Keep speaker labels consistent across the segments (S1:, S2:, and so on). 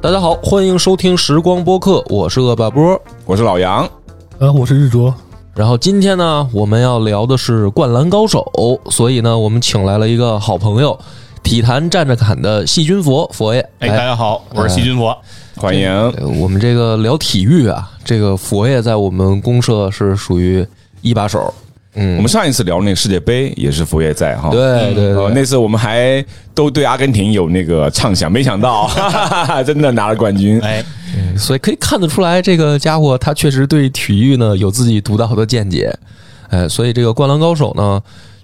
S1: 大家好，欢迎收听时光播客，我是恶霸波。
S2: 我是老杨，
S3: 啊，我是日卓，
S1: 然后今天呢，我们要聊的是《灌篮高手》，所以呢，我们请来了一个好朋友，体坛站着侃的细菌佛佛爷。
S4: 哎，大家好，我是细菌佛。
S2: 欢迎。
S1: 呃我们这个聊体育啊，这个佛爷在我们公社是属于一把
S4: 哦
S1: 手。
S2: 我们上一次聊那个世界杯也是佛爷在哈，
S1: 对对
S2: 哦，
S1: 对，
S2: 那次我们还都对阿根廷有那个畅想，没 想到哈哈哈，真的拿了冠军。
S4: 哎，
S1: 所以可以看得出来，这个家伙他确实对体育呢有自己独到的见解。哎，所以这个《灌篮高手》呢，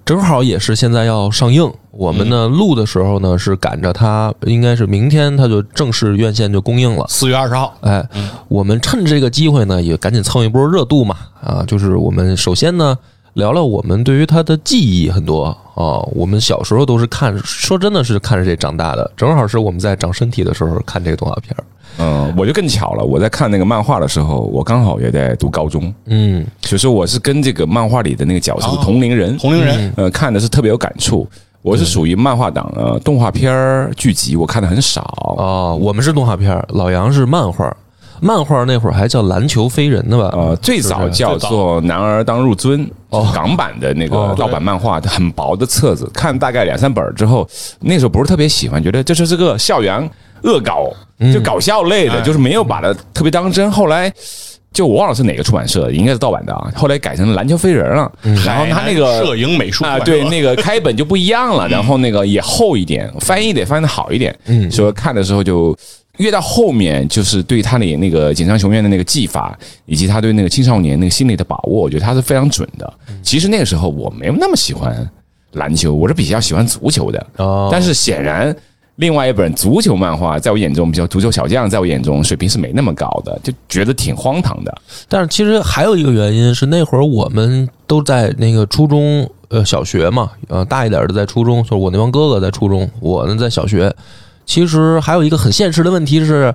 S1: 正好也是现在要上映。我们呢录的时候呢是赶着它，应该是明天它就正式院线就公映了。
S4: 四月二十号，
S1: 哎，我们趁这个机会呢，也赶紧蹭一波热度嘛。啊，就是我们首先呢，聊聊我们对于他的记忆很多啊。我们小时候都是看，说真的是看着这长大的，正好是我们在长身体的时候看这个动画片儿。
S2: 嗯，我就更巧了，我在看那个漫画的时候，我刚好也在读高中，
S1: 嗯，
S2: 所以说我是跟这个漫画里的那个角色是同龄
S1: 哦
S2: 人，
S4: 同龄
S1: 嗯
S4: 人，
S2: 呃，看的是特别有感触。我是属于漫画党，呃，动画片儿剧集我看的很少，
S1: 哦，我们是动画片儿，老杨是漫画儿，漫画儿那会儿还叫篮球飞人呢吧？
S2: 呃，最早哦叫做《男儿当入樽》，港版的那个盗版漫画，很薄的册子，看大概两三本之后，那时候不是特别喜欢，觉得这就是个校园恶搞，就搞笑类的，就是没有把它特别当真。后来。就我忘了是哪个出版社，应该是盗版的啊。后来改成篮球飞人了，
S1: 嗯
S2: 然后他那
S4: 海南
S2: 个
S4: 摄影美术
S2: 啊，
S4: 馆
S2: 对
S4: 是吧
S2: 那个开本就不一样了，然后那个也厚一点，翻译得翻得好一点，嗯，所以看的时候就。越到后面，就是对他的那个井上雄彦的那个技法，以及他对那个青少年那个心理的把握，我觉得他是非常准的。其实那个时候我没有那么喜欢篮球，我是比较喜欢足球的。
S1: 哦
S2: 但是显然，另外一本足球漫画，在我眼中，比较《足球小将》，在我眼中水平是没那么高的，就觉得挺荒唐的。
S1: 但是其实还有一个原因是那会儿我们都在那个初中呃小学嘛，呃大一点儿的在初中，就是我那帮哥哥在初中，我呢在小学。其实还有一个很现实的问题是，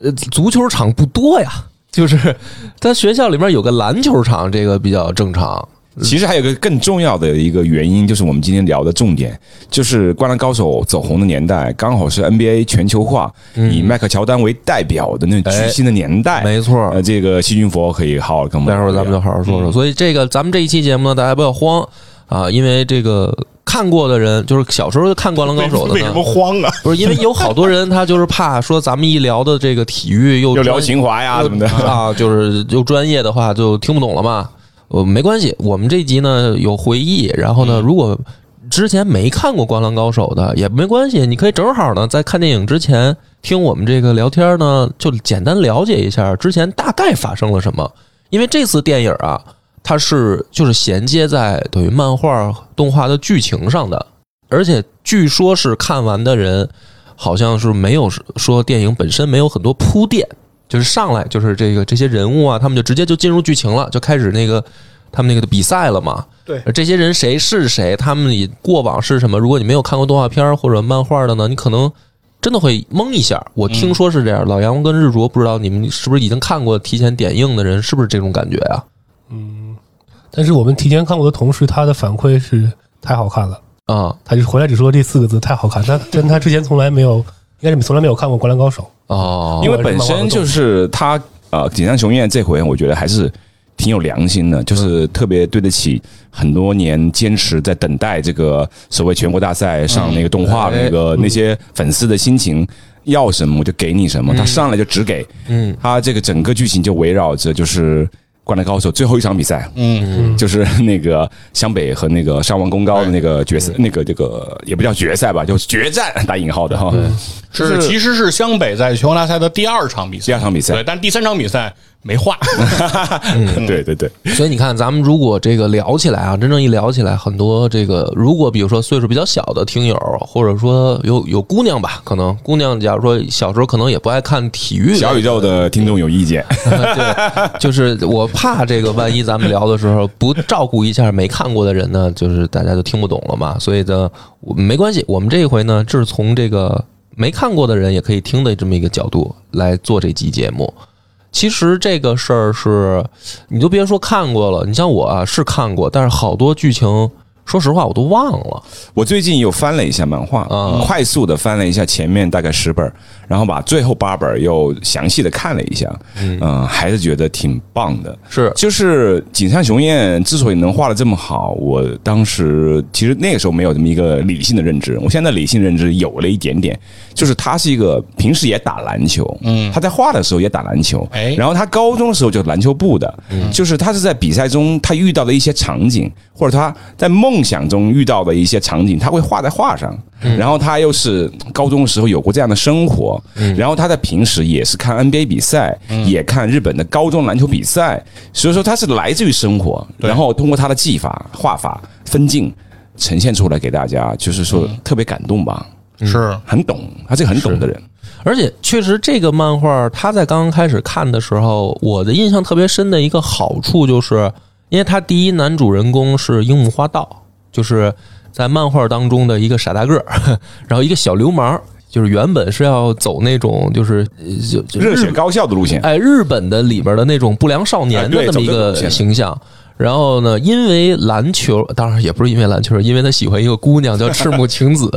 S1: 呃，足球场不多呀，就是 在学校里面有个篮球场，这个比较正常。
S2: 其实还有一个更重要的一个原因，就是我们今天聊的重点，就是《灌篮高手》走红的年代，刚好是 NBA 全球化以迈克乔丹为代表的那巨星的年代。
S1: 嗯哎没错儿，
S2: 呃，这个细菌佛可以好好跟我
S1: 待
S2: 们聊
S1: 会儿
S2: 一聊。
S1: 咱们就好好说说。所以这个咱们这一期节目呢，大家不要慌啊，因为这个看过的人，就是小时候看《灌篮高手》
S4: 为
S1: 的
S2: 嗯
S4: 什
S1: 呢
S4: 么，慌啊？
S1: 不是因为有好多人他就是怕说咱们一聊的这个体育又
S2: 又聊
S1: 专
S2: 情怀呀、
S1: 又
S2: 什么的。
S1: 啊，就是又专业的话就听不懂了嘛。呃，没关系，我们这集呢有回忆，然后
S2: 嗯
S1: 呢，如果之前没看过《灌篮高手》的也没关系，你可以正好呢在看电影之前听我们这个聊天呢，就简单了解一下之前大概发生了什么。因为这次电影啊，它是就是衔接在等于漫画动画的剧情上的，而且据说是看完的人好像是没有说电影本身没有很多铺垫，就是上来就是这个这些人物啊，他们就直接就进入剧情了，就开始那个他们那个比赛了嘛。
S3: 对
S1: 这些人谁是谁，他们以过往是什么？如果你没有看过动画片儿或者漫画的呢，你可能真的会懵一下。我听说是这样，老杨跟日卓不知道你们是不是已经看过提前点映的人是不是这种感觉啊？
S3: 但是我们提前看过的同时，他的反馈是太好看了，
S1: 啊、
S3: 他就回来只说这四个字太好 看，他但他之前从来没有，应该是从来没有看过《灌篮高手
S1: 哦，
S2: 因为本身就是他呃，井上雄彦这回我觉得还是挺有良心的，就是特别对得起很多年坚持在等待这个所谓全国大赛上那个动画的那个那些粉丝的心情。要什么我就给你什么，他上来就只给，
S1: 嗯，
S2: 他这个整个剧情就围绕着就是《灌篮高手》最后一场比赛，
S4: 嗯，
S2: 就是那个湘北和那个上王功高的那个决赛，那个这个也不叫决赛吧，就是决战打引号的哈，
S4: 是其实是湘北在全国大赛的第二场比赛，
S2: 第二场比赛
S4: 对，但第三场比赛没画，
S2: 对对对，
S1: 所以你看，咱们如果这个聊起来啊，真正一聊起来，很多这个如果比如说岁数比较小的听友，或者说有有姑娘吧，可能姑娘假如说小时候可能也不爱看体育，
S2: 小宇宙的听众有意见，
S1: 对，就是我怕这个，万一咱们聊的时候不照顾一下没看过的人呢，就是大家就听不懂了嘛。所以呢，我没关系，我们这一回呢，就是从这个没看过的人也可以听的这么一个角度来做这期节目。其实这个事儿是，你就别说看过了，你像我啊是看过，但是好多剧情说实话，我都忘了。
S2: 我最近又翻了一下漫画，
S1: 嗯
S2: 快速的翻了一下前面大概十本儿，然后把最后八本儿又详细的看了一下，嗯、还是觉得挺棒的。
S1: 是
S2: 就是井上雄彦之所以能画的这么好，我当时其实那个时候没有这么一个理性的认知，我现在理性认知有了一点点，就是他是一个平时也打篮球，嗯，他在画的时候也打篮球，
S4: 哎
S2: 然后他高中的时候就是篮球部的，就是他是在比赛中他遇到的一些场景，或者他在梦想中遇到的一些场景，他会画在画上。然后他又是高中的时候有过这样的生活，然后他在平时也是看 NBA 比赛，也看日本的高中篮球比赛，所以说他是来自于生活，然后通过他的技法、画法、分镜呈现出来给大家，就是说特别感动吧，
S4: 是
S2: 很懂，他是个很懂的人，
S1: 而且确实，这个漫画它在刚刚开始看的时候，我的印象特别深的一个好处就是，因为它第一男主人公是樱木花道，就是在漫画当中的一个傻大个儿， 然后一个小流氓，就是原本是要走那种就是呃就就
S2: 热
S1: 日
S2: 血高校的路线。
S1: 哎，日本的里边的那种不良少年的
S2: 哎对
S1: 那么一
S2: 走这种路
S1: 个
S2: 线
S1: 形象。然后呢，因为篮球，当然也不是因为篮球，因为他喜欢一个姑娘叫赤木晴 子。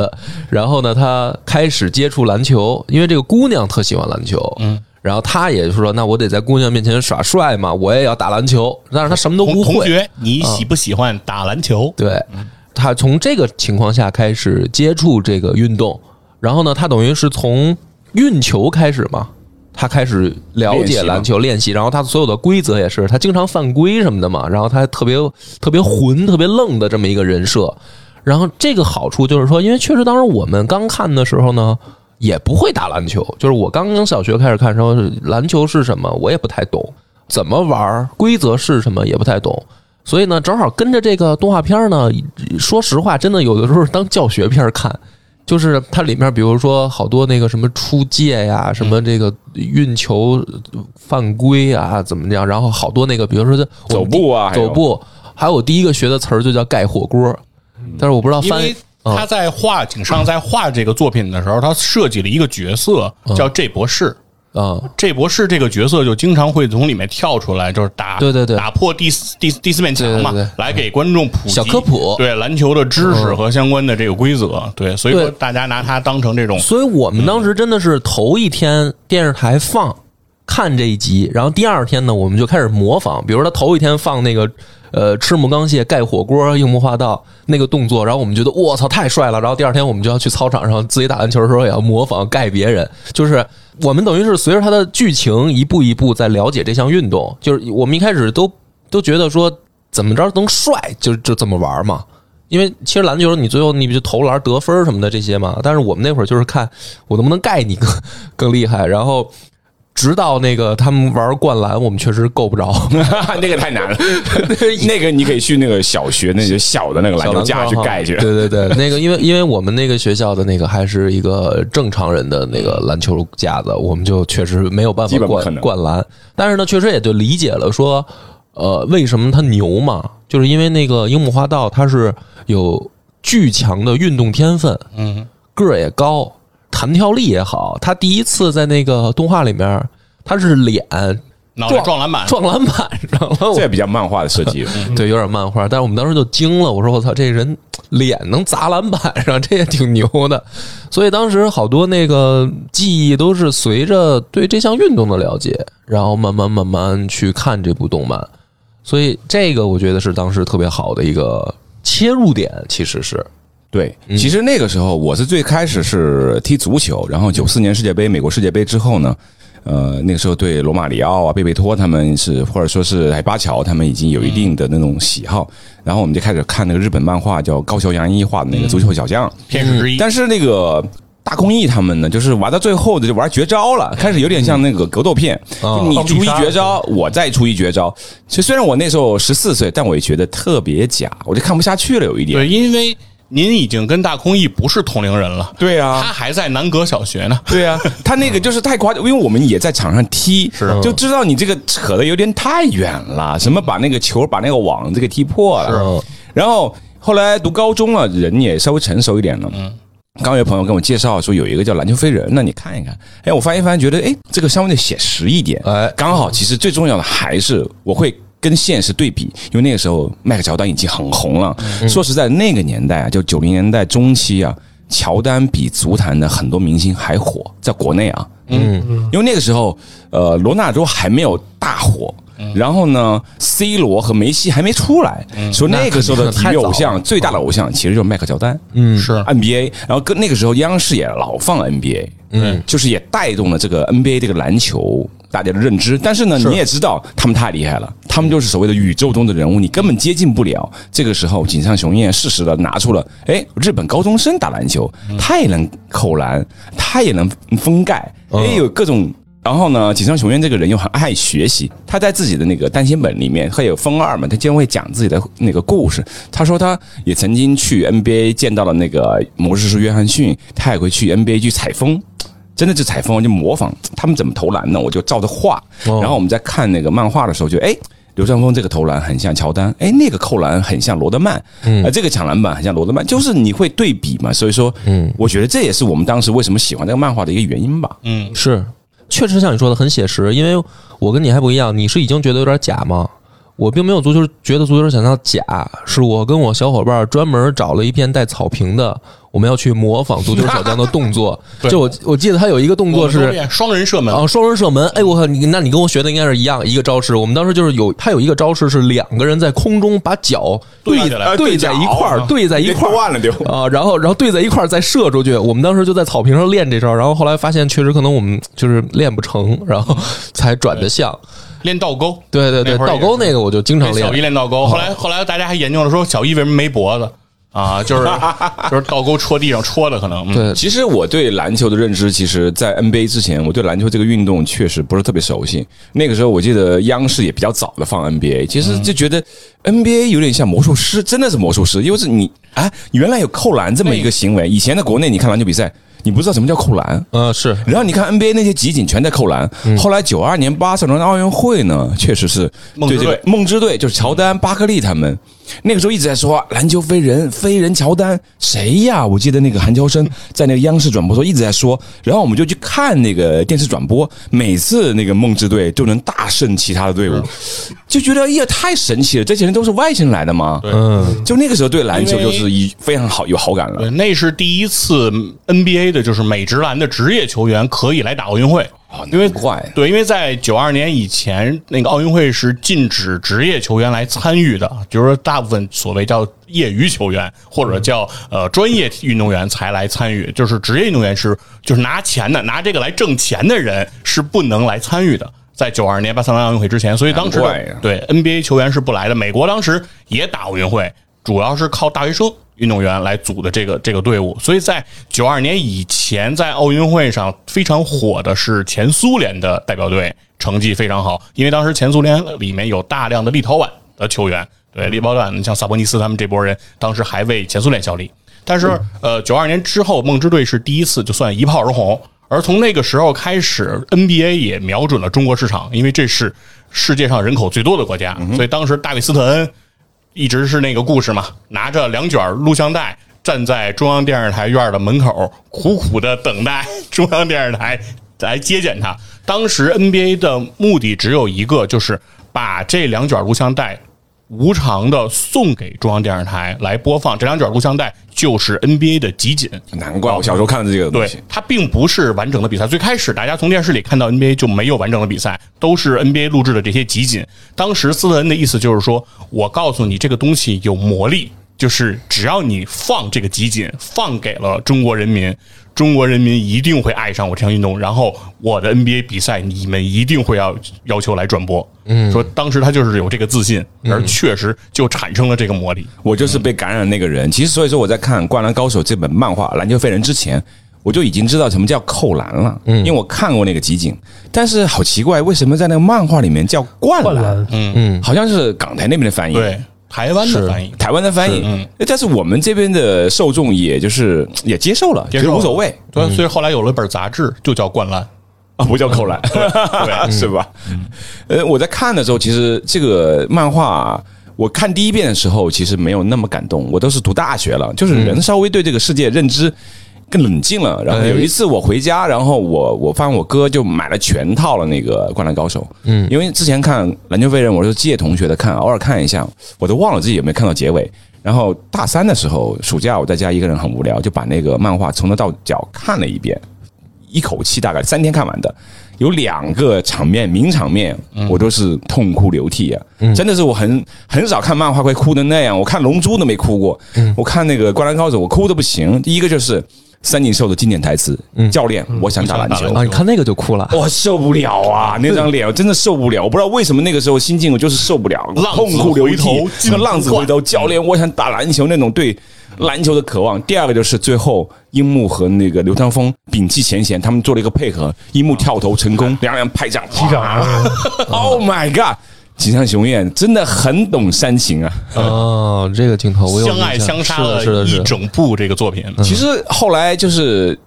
S1: 然后呢，他开始接触篮球，因为这个姑娘特喜欢篮球。嗯。然后他也说，那我得在姑娘面前耍帅嘛，我也要打篮球。但是他什么都
S4: 同
S1: 不
S4: 同
S1: 会。嗯
S4: 学，你喜不喜欢打篮球？
S1: 对，他从这个情况下开始接触这个运动，然后呢，他等于是从运球开始嘛，他开始了解篮球练习，然后他所有的规则也是，他经常犯规什么的嘛，然后他特别特别混、特别愣的这么一个人设。然后这个好处就是说，因为确实当时我们刚看的时候呢，也不会打篮球，就是我刚刚小学开始看的时候，篮球是什么我也不太懂，怎么玩儿，规则是什么也不太懂。所以呢，正好跟着这个动画片儿呢，说实话，真的有的时候当教学片儿看，就是它里面比如说好多那个什么出界呀，什么这个运球犯规啊，怎么样，然后好多那个比如说这我
S2: 走
S1: 们第
S2: 步啊还有
S1: 走步，还有我第一个学的词儿就叫盖火锅，但是我不知道
S4: 因
S1: 翻
S4: 为
S1: 译。嗯
S4: 他在画井上在画这个作品的时候，他设计了一个角色
S1: 嗯
S4: 叫 J 博士。
S1: 啊、
S4: 这博士这个角色就经常会从里面跳出来，就是打
S1: 对对对
S4: 打破第四第第四面墙嘛，
S1: 对对对
S4: 来给观众普及
S1: 小科普嗯
S4: 对篮球的知识和相关的这个规则，对，所以说
S1: 对
S4: 大家拿它当成这种
S1: 所以我们当时真的是头一天电视台放看这一集，然后第二天呢，我们就开始模仿，比如他头一天放那个呃赤木刚宪盖火锅樱木花道那个动作，然后我们觉得我操太帅了，然后第二天我们就要去操场上自己打篮球的时候也要模仿盖别人，就是我们等于是随着他的剧情一步一步在了解这项运动，就是我们一开始都都觉得说怎么着能帅就就这么玩嘛。因为其实篮球你最后你不就投篮得分什么的这些嘛，但是我们那会儿就是看我能不能盖你更 更厉害，然后直到那个他们玩灌篮，我们确实够不着，
S2: 那个太难了，那个你可以去那个小学那些小的那个篮
S1: 小
S2: 球
S1: 篮
S2: 架
S1: 筐
S2: 去
S1: 哈
S2: 盖去。
S1: 对对对，那个因为因为我们那个学校的那个还是一个正常人的那个篮球架子，我们就确实没有办法
S2: 嗯基本不可
S1: 灌
S2: 能
S1: 灌篮，但是呢，确实也就理解了说，呃，为什么他牛嘛，就是因为那个樱木花道他是有巨强的运动天分，
S4: 嗯，
S1: 个儿也高，弹跳力也好。他第一次在那个动画里面，他是脸
S4: 脑袋
S1: 撞
S4: 撞篮板，
S1: 撞篮板 上了。
S2: 这
S1: 我
S2: 也比较漫画的设 计，
S1: 对，有点漫画，但是我们当时就惊了。我说我操，这人脸能砸篮板上， 这也挺牛的。所以当时好多那个记忆都是随着对这项运动的了解，然后慢慢慢慢去看这部动漫。所以这个我觉得是当时特别好的一个切入点，其实是
S2: 对，嗯其实那个时候我是最开始是踢足球，然后九四年世界杯、美国世界杯之后呢，呃，那个时候对罗马里奥啊、贝贝托他们是，或者说是海巴乔他们已经有一定的那种喜好，然后我们就开始看那个日本漫画叫高桥阳一画的那个足球小将，
S4: 天使之一，
S1: 嗯
S2: 但是那个。大公益他们呢，就是玩到最后的就玩绝招了，开始有点像那个格斗片，
S1: 啊
S2: 就你出一绝招，我再出一绝招。其实虽然我那时候十四岁，但我也觉得特别假，我就看不下去了，有一点。
S4: 对，因为您已经跟大空翼不是同龄人了，
S2: 对啊，
S4: 他还在南阁小学呢，
S2: 对啊，他那个就是太夸张，因为我们也在场上踢，就知道你这个扯的有点太远了，什么把那个球把那个网这个踢破了，然后后来读高中了，人也稍微成熟一点了，嗯。刚有朋友跟我介绍说有一个叫篮球飞人，那你看一看。哎，我翻一翻，觉得哎，这个稍微的写实一点。
S1: 哎
S2: 刚好其实最重要的还是我会跟现实对比，因为那个时候迈克乔丹已经很红了。说实在，那个年代啊，就九零年代中期啊，乔丹比足坛的很多明星还火，在国内啊，嗯，因为那个时候，呃，罗纳尔多还没有大火。然后呢，C 罗和梅西还没出来，说那个时候的体育偶像最大的偶像其实就是迈克乔丹。
S4: 嗯，是
S2: NBA，然后跟那个时候央视也老放 NBA，嗯，就是也带动了这个 NBA 这个篮球大家的认知。但是呢，你也知道他们太厉害了，他们就是所谓的宇宙中的人物，你根本接近不了。这个时候，井上雄彦适时的拿出了，哎，日本高中生打篮球，他也能扣篮，他也能封盖，也有各种。然后呢，井上雄彦这个人又很爱学习，他在自己的那个单行本里面，他有封二嘛，他经常会讲自己的那个故事。他说他也曾经去 NBA 见到了那个魔术师约翰逊，他也会去 NBA 去采风，真的就采风就模仿他们怎么投篮呢，我就照着画。然后我们在看那个漫画的时候就，哎，流川枫这个投篮很像乔丹，哎，那个扣篮很像罗德曼，嗯，这个抢篮板很像罗德曼，就是你会对比嘛。所以说，嗯，我觉得这也是我们当时为什么喜欢这个漫画的一个原因吧。
S1: 是，确实像你说的很写实，因为我跟你还不一样，你是已经觉得有点假吗？我并没有足球觉得足球想象假，是我跟我小伙伴专门找了一片带草坪的，我们要去模仿足球小将的动 作。就我我记得他有一个动作
S4: 我们都
S1: 是
S4: 练双人射门，
S1: 啊，双人射门，哎，我靠，你那你跟我学的应该是一样一个招式。我们当时就是有，他有一个招式是两个人在空中把脚
S4: 对起
S2: 呃
S4: 来
S1: 对啊在一块儿，对在一块儿
S2: 乱了就。
S1: 啊，然后然后对在一块儿再射出去。我们当时就在草坪上练这招，然后后来发现确实可能我们就是练不成，然后才转的项。
S4: 练倒钩。
S1: 对对对，
S4: 嗯那会儿也
S1: 倒
S4: 是
S1: 钩那个我就经常
S4: 对
S1: 练哦
S4: 小。一练倒钩，后来后来大家还研究了说小一为什么没脖子 啊？就是就是倒钩戳地上戳的可能。嗯，
S1: 对，
S2: 呃其实我对篮球的认知，其实，在 NBA 之前，我对篮球这个运动确实不是特别熟悉。那个时候，我记得央视也比较早的放 NBA，其实就觉得 NBA 有点像魔术师，真的是魔术师，因为是你啊，原来有扣篮这么一个行为。以前的国内，你看篮球比赛，你不知道什么叫扣篮，
S1: 嗯、是
S2: 然后你看 NBA 那些集锦全在扣篮。后来九二年巴塞罗那奥运会呢，确实是
S4: 梦之
S2: 对这个
S4: 队
S2: 梦之队，就是乔丹、巴克利他们那个时候一直在说篮球飞人，飞人乔丹谁呀？我记得那个韩乔生在那个央视转播说一直在说，然后我们就去看那个电视转播，每次那个梦之队就能大胜其他的队伍， 就觉得哎呀太神奇了，这些人都是外星来的吗？
S1: 嗯
S2: 就那个时候对篮球
S4: 因
S2: 就
S4: 为
S2: 是一非常好有好感了
S4: 对，。那是第一次 NBA 的，就是美职篮的职业球员可以来打奥运会。
S2: 因为怪
S4: 对，因为在九二年以前，那个奥运会是禁止职业球员来参与的，就是说大部分所谓叫业余球员或者叫呃专业运动员才来参与，就是职业运动员是就是拿钱的，拿这个来挣钱的人是不能来参与的。在九二年巴塞罗那奥运会之前，所以当时
S2: 难怪呀
S4: 对 NBA 球员是不来的。美国当时也打奥运会，主要是靠大学生运动员来组的这个这个队伍。所以在九二年以前，在奥运会上非常火的是前苏联的代表队，成绩非常好，因为当时前苏联里面有大量的立陶宛的球员，
S2: 嗯
S4: 对立陶宛像萨博尼斯他们这波人，当时还为前苏联效力。但是，呃，九二年之后，梦之队是第一次就算一炮而红，而从那个时候开始，NBA 也瞄准了中国市场，因为这是世界上人口最多的国家，所以当时大卫斯特恩一直是那个故事嘛，拿着两卷录像带。站在中央电视台院的门口，苦苦的等待中央电视台来接见他。当时 NBA 的目的只有一个，就是把这两卷录像带无偿的送给中央电视台来播放。这两卷录像带就是 NBA 的集锦，
S2: 难怪我小时候看的这个东
S4: 对
S2: 西。，
S4: 它并不是完整的比赛。最开始大家从电视里看到 NBA 就没有完整的比赛，都是 NBA 录制的这些集锦。当时斯特恩的意思就是说，我告诉你这个东西有魔力，就是只要你放这个集锦放给了中国人民，中国人民一定会爱上我这项运动，然后我的 NBA 比赛你们一定会要要求来转播。嗯，说当时他就是有这个自信，
S2: 嗯
S4: 而确实就产生了这个魔力。
S2: 我就是被感染的那个人。其实，所以说我在看《灌篮高手》这本漫画《篮球飞人》之前，我就已经知道什么叫扣篮了，因为我看过那个集锦。但是好奇怪，为什么在那个漫画里面叫灌
S3: 灌
S2: 篮
S3: 篮？
S2: 嗯，好像是港台那边的翻译，
S4: 对，台湾的翻译。
S2: 台湾的翻译。但是我们这边的受众也就是也接受了，
S4: 接
S2: 觉
S4: 受
S2: 得
S4: 了
S2: 无所谓
S4: 对，
S1: 嗯
S4: 所以后来有了一本杂志，就叫《灌篮》。
S2: 啊，不叫扣 篮，是吧？呃，我在看的时候，其实这个漫画。我看第一遍的时候，其实没有那么感动，我都是读大学了，就是人稍微对这个世界认知更冷静了。然后有一次我回家，然后我我发现我哥就买了全套了那个《灌篮高手》，嗯，因为之前看《篮球飞人》，我是借同学的看，偶尔看一下，我都忘了自己有没有看到结尾。然后大三的时候，暑假我在家一个人很无聊，就把那个漫画从头到脚看了一遍，一口气大概三天看完的，有两个场面名场面，我都是痛哭流涕啊！真的是我很很少看漫画会哭的那样，我看《龙珠》都没哭过，我看那个《灌篮高手》我哭的不行。第一个就是三井寿的经典台词：“教练，我想打篮
S4: 我想打
S2: 球。”
S4: 篮
S1: 啊，你看那个就哭了。
S2: 我受不了啊！那张脸我真的受不了，我不知道为什么那个时候心境，我就是受不了，
S4: 浪
S2: 痛
S4: 子
S2: 哭流
S4: 回
S2: 涕
S4: 头，
S2: 那个浪子回头，教练，我想打篮球那种对篮球的渴望。第二个就是最后樱木和那个刘长峰摒弃前嫌，他们做了一个配合，樱木跳投成功，两人拍掌，击
S3: 掌啊
S2: Oh my god！井上雄彦真的很懂煽情啊！
S1: 哦，这个镜头我有
S4: 嗯相爱
S1: 印象
S4: 相杀
S1: 是的，
S4: 了
S1: 是的，嗯
S4: 一
S1: 是的。
S4: 整部这个作品，
S2: 其实后来就是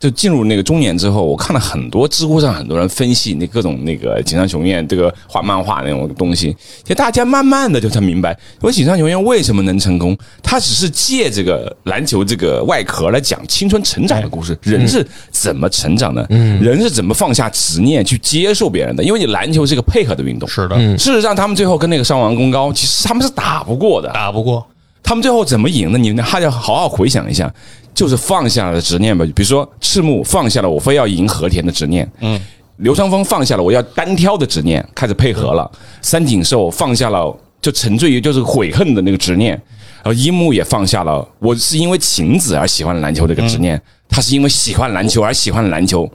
S2: 就进入那个中年之后，我看了很多知乎上很多人分析那各种那个井上雄彦这个画漫画那种东西，其实大家慢慢的就才明白，我井上雄彦为什么能成功，他只是借这个篮球这个外壳来讲青春成长的故事，人是怎么成长的，人是怎么放下执念去接受别人的，因为你篮球是一个配合的运动。
S4: 是的，
S1: 嗯
S2: 事实上，他们最后跟那个上王功高，其实他们是打不过的，
S4: 打不过，
S2: 他们最后怎么赢的？你还得好好回想一下，就是放下了执念吧。比如说赤木放下了我非要赢和田的执念，嗯，刘长峰放下了我要单挑的执念，开始配合了。三井寿放下了就沉醉于就是悔恨的那个执念，然后樱木也放下了我是因为晴子而喜欢篮球这个执念，
S4: 嗯
S2: 他是因为喜欢篮球而喜欢篮球。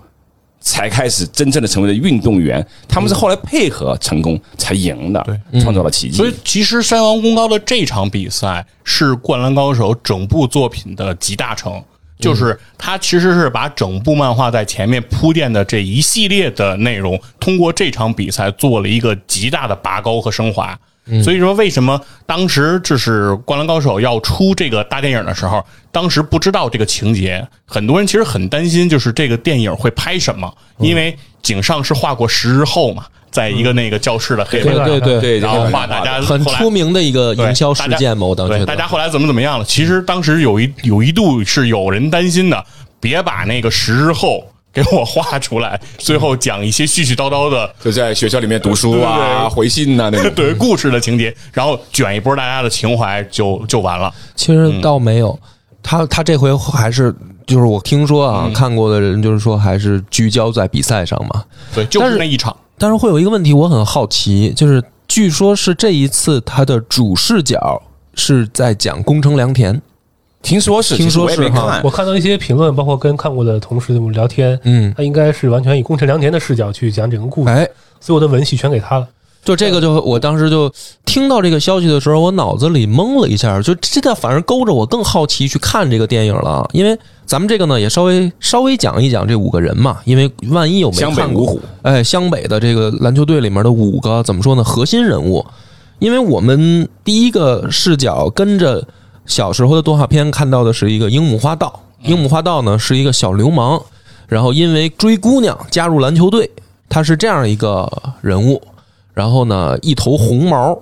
S2: 才开始真正的成为了运动员，他
S4: 嗯
S2: 们是后来配合成功才赢的，创造了奇迹。
S4: 所以其实山王功高的这场比赛是《灌篮高手》整部作品的集大成，
S2: 嗯
S4: 就是他其实是把整部漫画在前面铺垫的这一系列的内容，通过这场比赛做了一个极大的拔高和升华。
S2: 嗯
S4: 所以说，为什么当时就是《灌篮高手》要出这个大电影的时候，当时不知道这个情节，很多人其实很担心，就是这个电影会拍什么，因为井上是画过《十日后》嘛，在一个
S2: 嗯
S4: 那个教室的黑板上
S1: 对对
S2: 对
S4: 然后画大家
S1: 很
S4: 后来
S1: 出名的一个
S4: 对
S1: 营销事件嘛，我当
S4: 大
S1: 时觉得
S4: 家对大家后来怎么怎么样了？其实当时有一有一度是有人担心的，别把那个十日后给我画出来，最后讲一些絮絮叨叨的
S2: 就在学校里面读书
S4: 对
S2: 啊、
S4: 对
S2: 回信呐、那 种。
S4: 对故事的情节，然后卷一波大家的情怀就就完了。
S1: 其
S4: 嗯
S1: 实倒没有，他他这回还是就是我听说
S4: 嗯
S1: 啊，看过的人就是说还是聚焦在比赛上嘛。
S4: 对，就
S1: 但是
S4: 那一场，
S1: 但是会有一个问题，我很好奇，就是据说是这一次他的主视角是在讲宫城良田，
S2: 听说是，
S1: 听说
S2: 其实我也
S1: 是
S2: 没
S1: 哈
S2: 看
S3: 我。看到一些评论，包括跟看过的同事们聊天，
S1: 嗯，
S3: 他应该是完全以宫城良田的视角去讲整个故事，
S1: 哎，
S3: 所有的文戏全给他了。
S1: 就这个就我当时就听到这个消息的时候，我脑子里懵了一下，就这个反而勾着我更好奇去看这个电影了，因为咱们这个呢也稍微稍微讲一讲这五个人嘛，因为万一有没
S2: 湘北
S1: 看过
S2: 五虎，
S1: 哎，湘北的这个篮球队里面的五个怎么说呢核心人物，因为我们第一个视角跟着小时候的动画片看到的是一个樱木花道，
S2: 嗯
S1: 樱木花道呢是一个小流氓，然后因为追姑娘加入篮球队，他是这样一个人物。然后呢，一头红毛，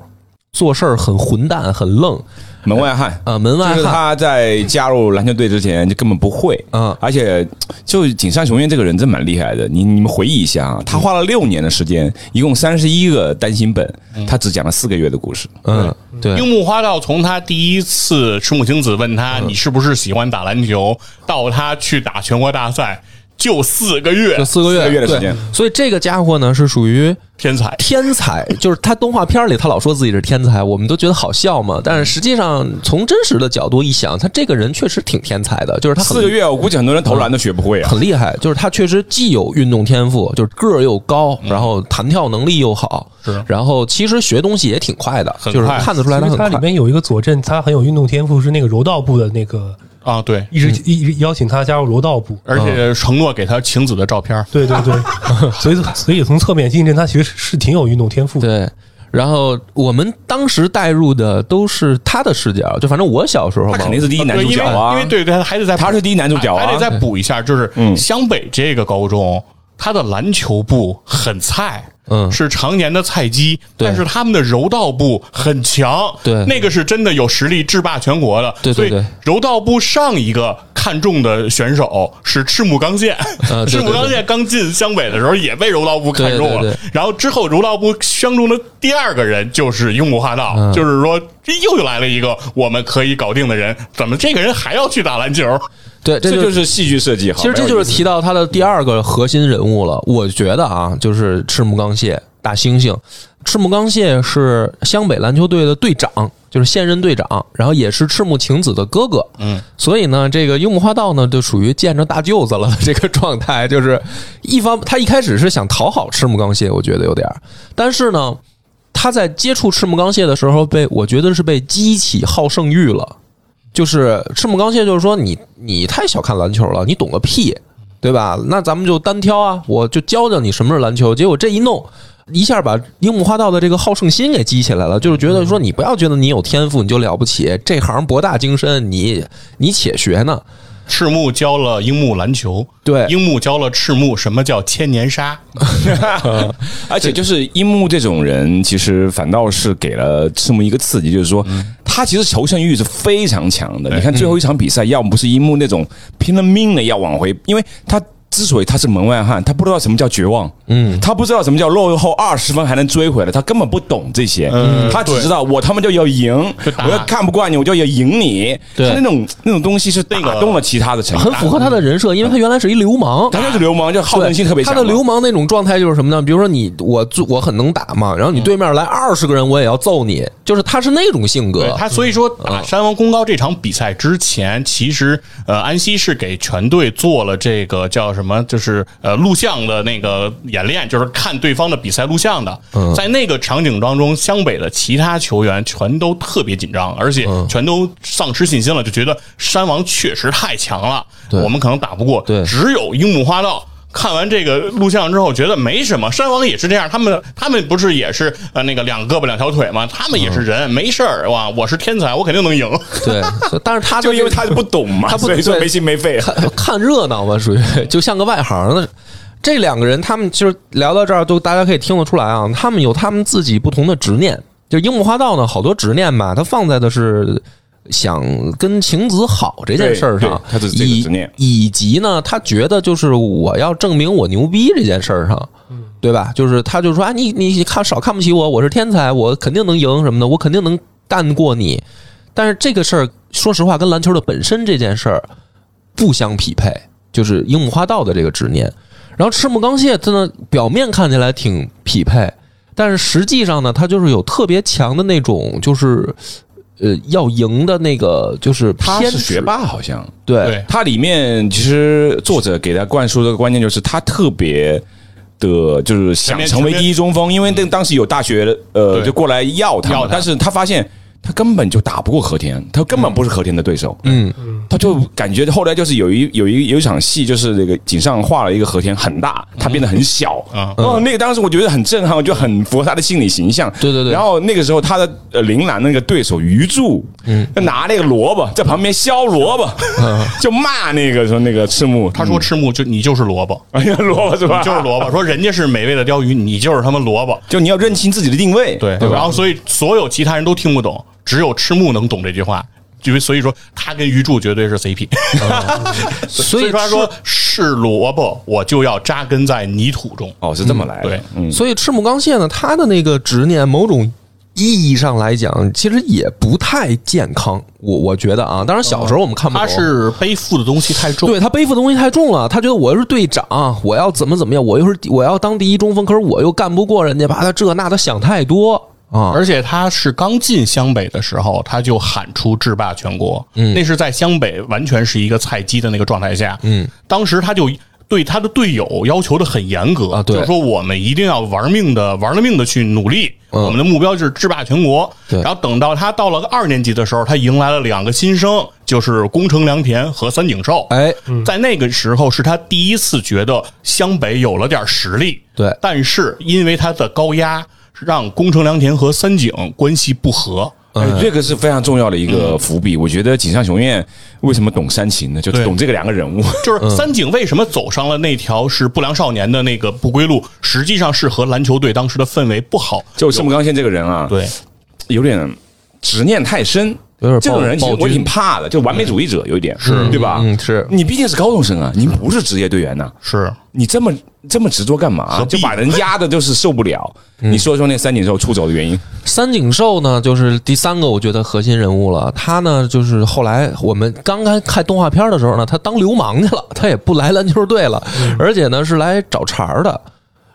S1: 做事儿很混蛋，很愣
S2: 门外汉，
S1: 啊、门外
S2: 就是
S1: 汉。
S2: 他在加入篮球队之前就根本不会。
S1: 嗯
S2: 而且就井上雄彦这个人真蛮厉害的，你你们回忆一下啊，他花了六年的时间，一共三十一个单行本，他只讲了四个月的故事。
S1: 嗯，对，
S4: 樱木花道从他第一次赤木晴子问他
S1: 嗯
S4: 你是不是喜欢打篮球，到他去打全国大赛，就四个月
S1: 这，四个月，
S2: 四个月的时间
S1: 对所以这个家伙呢是属于
S4: 天才。
S1: 天才，就是他动画片里他老说自己是天才，我们都觉得好笑嘛。但是实际上从真实的角度一想，他这个人确实挺天才的，就是他很嗯
S2: 四个月，我估计很多人投篮都学不会啊。
S1: 很厉害，就是他确实既有运动天赋，就是个儿又高，然后弹跳能力又好，
S4: 是
S1: 然后其实学东西也挺快的，
S4: 很
S1: 就是
S4: 快
S1: 看得出来他
S3: 因
S1: 很
S3: 为它
S1: 快
S3: 里。面有一个佐证，他很有运动天赋，是那个柔道部的那个
S4: 啊，对，
S3: 一直
S1: 嗯
S3: 一直邀请他加入柔 道部。
S4: 而且承诺给他晴子的照片儿，
S3: 对对 对，所以所以从侧面印证他其实是挺有运动天赋的。
S1: 对，然后我们当时带入的都是他的视角，就反正我小时候
S2: 他
S1: 嘛，
S2: 肯定是第一男主角
S4: 因
S2: 啊
S4: 为呃因为，对对，还得再补
S2: 他是第一男主角
S4: 还
S2: 啊
S4: 得。再补一下，就是
S2: 嗯
S4: 湘北这个高中，他的篮球部很菜。
S1: 嗯
S4: 是常年的菜鸡，
S1: 对
S4: 但是他们的柔道部很强，
S1: 对
S4: 那个是真的有实力制霸全国的。
S1: 对对对
S4: 所以柔道部上一个看中的选手是赤木刚宪，
S1: 呃对对
S4: 赤木刚宪刚进湘北的时候也被柔道部看中了，
S1: 对对对
S4: 然后之后柔道部相中的第二个人就是樱木花道，
S1: 嗯
S4: 就是说这又来了一个我们可以搞定的人，怎么这个人还要去打篮球？
S1: 对，这
S2: 这
S1: 就。
S2: 就是是戏剧设计好。
S1: 其实这就
S2: 没有
S1: 是
S2: 意思
S1: 提到他的第二个核心人物了。我觉得啊，就是赤木刚宪大猩猩。赤木刚宪是湘北篮球队的队长，就是现任队长，然后也是赤木晴子的哥哥。嗯，所以呢，这个樱木花道呢，就属于见着大舅子了 的这个状态，就是一方他一开始是想讨好赤木刚宪，我觉得有点儿，但是呢，他在接触赤木刚宪的时候被，我觉得是被激起好胜欲了。就是赤木刚宪，就是说你你太小看篮球了，你懂个屁，对吧？那咱们就单挑啊，我就教教你什么是篮球。结果这一弄，一下把樱木花道的这个好胜心给激起来了，就是觉得说你不要觉得你有天赋你就了不起，这行博大精深，你你且学呢。
S4: 赤木教了樱木篮球，
S1: 对
S4: 樱木教了赤木什么叫千年杀，
S2: 而且就是樱木这种人，其实反倒是给了赤木一个刺激，就是说
S1: 嗯
S2: 他其实求胜欲是非常强的。你看最后一场比赛，要么不是樱木那种拼了命的要往回，因为他。之所以他是门外汉，他不知道什么叫绝望，嗯，他不知道什么叫落后二十分还能追回来，他根本不懂这些，
S1: 嗯
S2: 他只知道我他妈就要赢，我要看不惯你，我就要赢你，
S1: 对
S2: 他那种那种东西是打动了其他的成员，
S1: 很符合他的人设，因为他原来是一流氓，
S2: 他就是流氓，就好
S1: 对
S2: 胜心特别强
S1: 他
S2: 嘛，
S1: 的流氓那种状态就是什么呢？比如说你我做我很能打嘛，
S2: 嗯
S1: 然后你对面来二十个人我也要揍你，就是他是那种性
S4: 对
S1: 格。
S4: 他，所以说打山王公告这场比赛之前，其实呃，安西是给全队做了这个叫什么，就是呃录像的那个演练，就是看对方的比赛录像的。在那个场景当中，湘北的其他球员全都特别紧张，而且全都丧失信心了，就觉得山王确实太强了，我们可能打不过。
S1: 对
S4: 只有樱木花道。看完这个录像之后，觉得没什么。山王也是这样，他们他们不是也是呃那个两胳膊两条腿吗？他们也是人，没事儿哇！我是天才，我肯定能赢。
S1: 对，所以但是他
S2: 就
S1: 的
S2: 因为
S1: 这个
S2: 他不懂嘛，
S1: 他不
S2: 所以说
S1: 对
S2: 没心没肺。
S1: 看 看热闹吧，属于就像个外行的。这两个人，他们就是聊到这儿，都大家可以听得出来啊，他们有他们自己不同的执念。就樱木花道呢，好多执念吧，他放在的是想跟晴子好这件事儿
S2: 对对
S1: 上，
S2: 他是这个
S1: 以
S2: 执念
S1: 以及呢，他觉得就是我要证明我牛逼这件事儿上，对吧？就是他就说啊，你你你看少看不起我，我是天才，我肯定能赢什么的，我肯定能干过你。但是这个事儿，说实话，跟篮球的本身这件事儿不相匹配，就是樱木花道的这个执念。然后赤木刚宪真的表面看起来挺匹配，但是实际上呢，他就是有特别强的那种，就是呃要赢的那个，就是
S2: 他
S1: 偏
S2: 是学
S1: 执，
S2: 霸，好像
S1: 对
S4: 对
S2: 他里面其实作者给他灌输的观念就是他特别。的就是想成为第一中锋，因为那当时有大学呃
S4: 嗯对
S2: 就过来要他嘛，
S4: 要他
S2: 但是他发现他根本就打不过和田，他根本不是和田的对手，嗯，他就感觉后来就是有一有一有一场戏，就是那个井上画了一个和田很大，他变得很小，
S4: 嗯
S2: 哦，那个当时我觉得很震撼，我就很符合他的心理形象，
S1: 对对对
S2: 然后那个时候他的呃铃兰那个对手鱼柱，嗯，拿那个萝卜在旁边削萝卜， 就骂那个说那个赤木，嗯
S4: 他说：“赤木就你就是萝卜，
S2: 哎呀，萝卜是吧？
S4: 你就是萝卜。说人家是美味的鲷鱼，你就是他妈萝卜。
S2: 就你要认清自己的定位，
S4: 对，
S2: 对吧？
S4: 然后所以所有其他人都听不懂，只有赤木能懂这句话。因为所以说他跟鱼柱绝对是 CP，、
S1: 所
S4: 所以
S1: 以
S4: 说他说是萝卜，我就要扎根在泥土中。
S2: 哦，是这么来的，
S4: 对
S2: 嗯，
S1: 所以赤木刚宪呢，他的那个执念，某种意义上来讲，其实也不太健康。我我觉得啊，当然小时候我们看不懂，
S4: 他是背负的东西太重，
S1: 对他背负的东西太重了，他觉得我是队长，我要怎么怎么样，我又是我要当第一中锋，可是我又干不过人家，把他这那的想太多啊。
S4: 而且他是刚进湘北的时候，他就喊出制霸全国，嗯，那是在湘北完全是一个菜鸡的那个状态下，嗯，当时他就。对他的队友要求的很严格
S1: 啊对
S4: 就是说我们一定要玩命的、玩了命的去努力，我们的目标就是制霸全国。
S1: 嗯对
S4: 然后等到他到了个二年级的时候，他迎来了两个新生，就是宫城良田和三井寿。
S1: 哎，
S4: 在那个时候是他第一次觉得湘北有了点实力，
S1: 对
S4: 但是因为他的高压，让宫城良田和三井关系不和。
S2: 哎，这个是非常重要的一个伏笔。我觉得井上雄彦为什么懂煽情呢？就
S4: 对
S2: 懂这个两个人物，
S1: 嗯
S4: 就是三井为什么走上了那条是不良少年的那个不归路，实际上是和篮球队当时的氛围不好。
S2: 就赤木刚宪这个人啊，
S4: 对，
S2: 有点执念太深。
S1: 有点
S2: 这
S1: 暴
S2: 种人其实
S1: 暴
S2: 我挺
S1: 君，
S2: 怕的，就完美主义者有一点，是对吧？
S1: 嗯是
S2: 你毕竟是高中生啊，您不是职业队员呐、
S4: 是
S2: 你这么这么执着干嘛？
S4: 何必
S2: 就把人压的就是受不了。
S1: 嗯
S2: 你说说那三井寿出走的原因？
S1: 三井寿呢，就是第三个我觉得核心人物了。他呢，就是后来我们刚刚看动画片的时候呢，他当流氓去了，他也不来篮球队了，而且呢是来找茬儿的。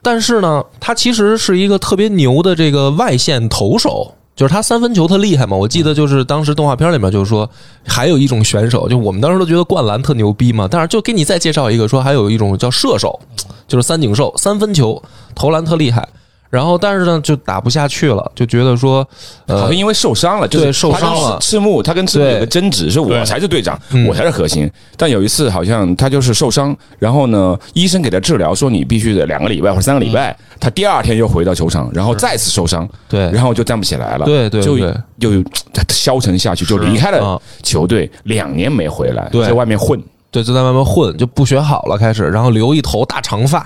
S1: 但是呢，他其实是一个特别牛的这个外线投手，就是他三分球特厉害嘛。我记得就是当时动画片里面就说，还有一种选手，就我们当时都觉得灌篮特牛逼嘛，但是就给你再介绍一个，说还有一种叫射手，就是三井寿三分球投篮特厉害。然后，但是呢，就打不下去了，就觉得说，
S2: 好
S1: 呃
S2: 像，因为受伤了，就
S1: 对
S2: 是
S1: 受伤了
S2: 他跟赤木他跟赤木有
S1: 对嗯
S2: 个争执，说我
S4: 对
S2: 才是队长，我才是核心。但有一次好像他就是受伤，然后呢，医生给他治疗说你必须得两个礼拜或者三个礼拜，他第二天又回到球场，然后再次受伤，
S1: 嗯对
S2: 然后就站不起来了，
S1: 对对
S2: 就
S1: 对
S2: 就消沉下去，就离开
S1: 啊
S2: 了球队，两年没回来，
S1: 对
S2: 在外面混。
S1: 对，就在外面混，就不学好了，开始，然后留一头大长发，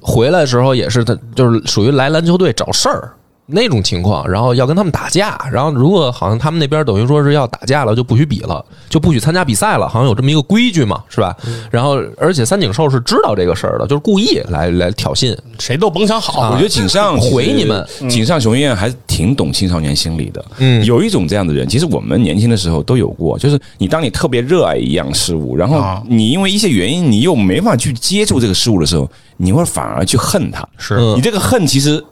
S1: 回来的时候也是他，就是属于来篮球队找事儿那种情况，然后要跟他们打架，然后如果好像他们那边等于说是要打架了，就不许比了，就不许参加比赛了，好像有这么一个规矩嘛，是吧？然后，而且三井寿是知道这个事儿的，就是故意来来挑衅，
S4: 谁都甭想好，
S1: 啊
S2: 我觉得井上其实
S1: 回你们，
S2: 井上雄彦还挺懂青少年心理的。嗯，有一种这样的人，其实我们年轻的时候都有过，就是你当你特别热爱一样事物，然后
S4: 啊
S2: 你因为一些原因，你又没法去接触这个事物的时候，你会反而去恨它。
S4: 是
S1: 嗯
S2: 你这个恨其实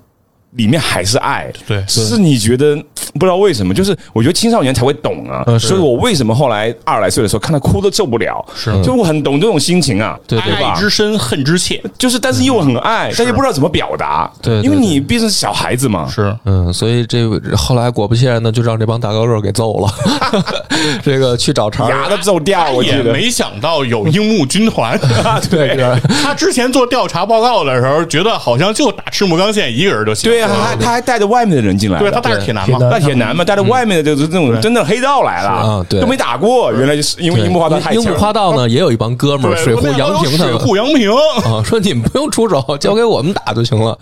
S2: 里面还是爱，
S4: 对
S2: 是你觉得不知道为什么，就是我觉得青少年才会懂啊。
S1: 嗯是
S2: 所以我为什么后来二十来岁的时候看他哭都受不了，
S4: 是
S2: 就我很懂这种心情啊，
S1: 对对
S4: 爱
S2: 吧？
S4: 之深，恨之切，
S2: 就是，但是又很爱，但又不知道怎么表达，
S1: 对对
S2: 因为你毕竟是小孩子嘛，
S4: 是
S1: 嗯，所以这后来果不其然呢，就让这帮大高个儿给揍了，这个去找茬儿，
S2: 牙都皱掉，
S1: 哎
S2: 我记
S4: 也
S2: 得。
S4: 没想到有樱木军团。
S1: 对对
S4: 他之前做调查报告的时候，觉得好像就打赤木刚宪一个人就行。
S2: 对啊，他还他还带着外面的人进来
S4: 对他
S2: 了，
S4: 带着铁男嘛
S3: 铁，
S2: 大铁男嘛，带着外面的就是那种真的黑道来了
S1: 啊对
S2: 都没打过，原来就是因为樱木花道太
S1: 樱
S2: 强
S1: 木
S2: 了。
S1: 花道呢也有一帮哥们儿，
S4: 对
S1: 水户杨平他
S4: 水
S1: 们
S4: 户杨平，
S1: 啊，说你们不用出手，交给我们打就行了。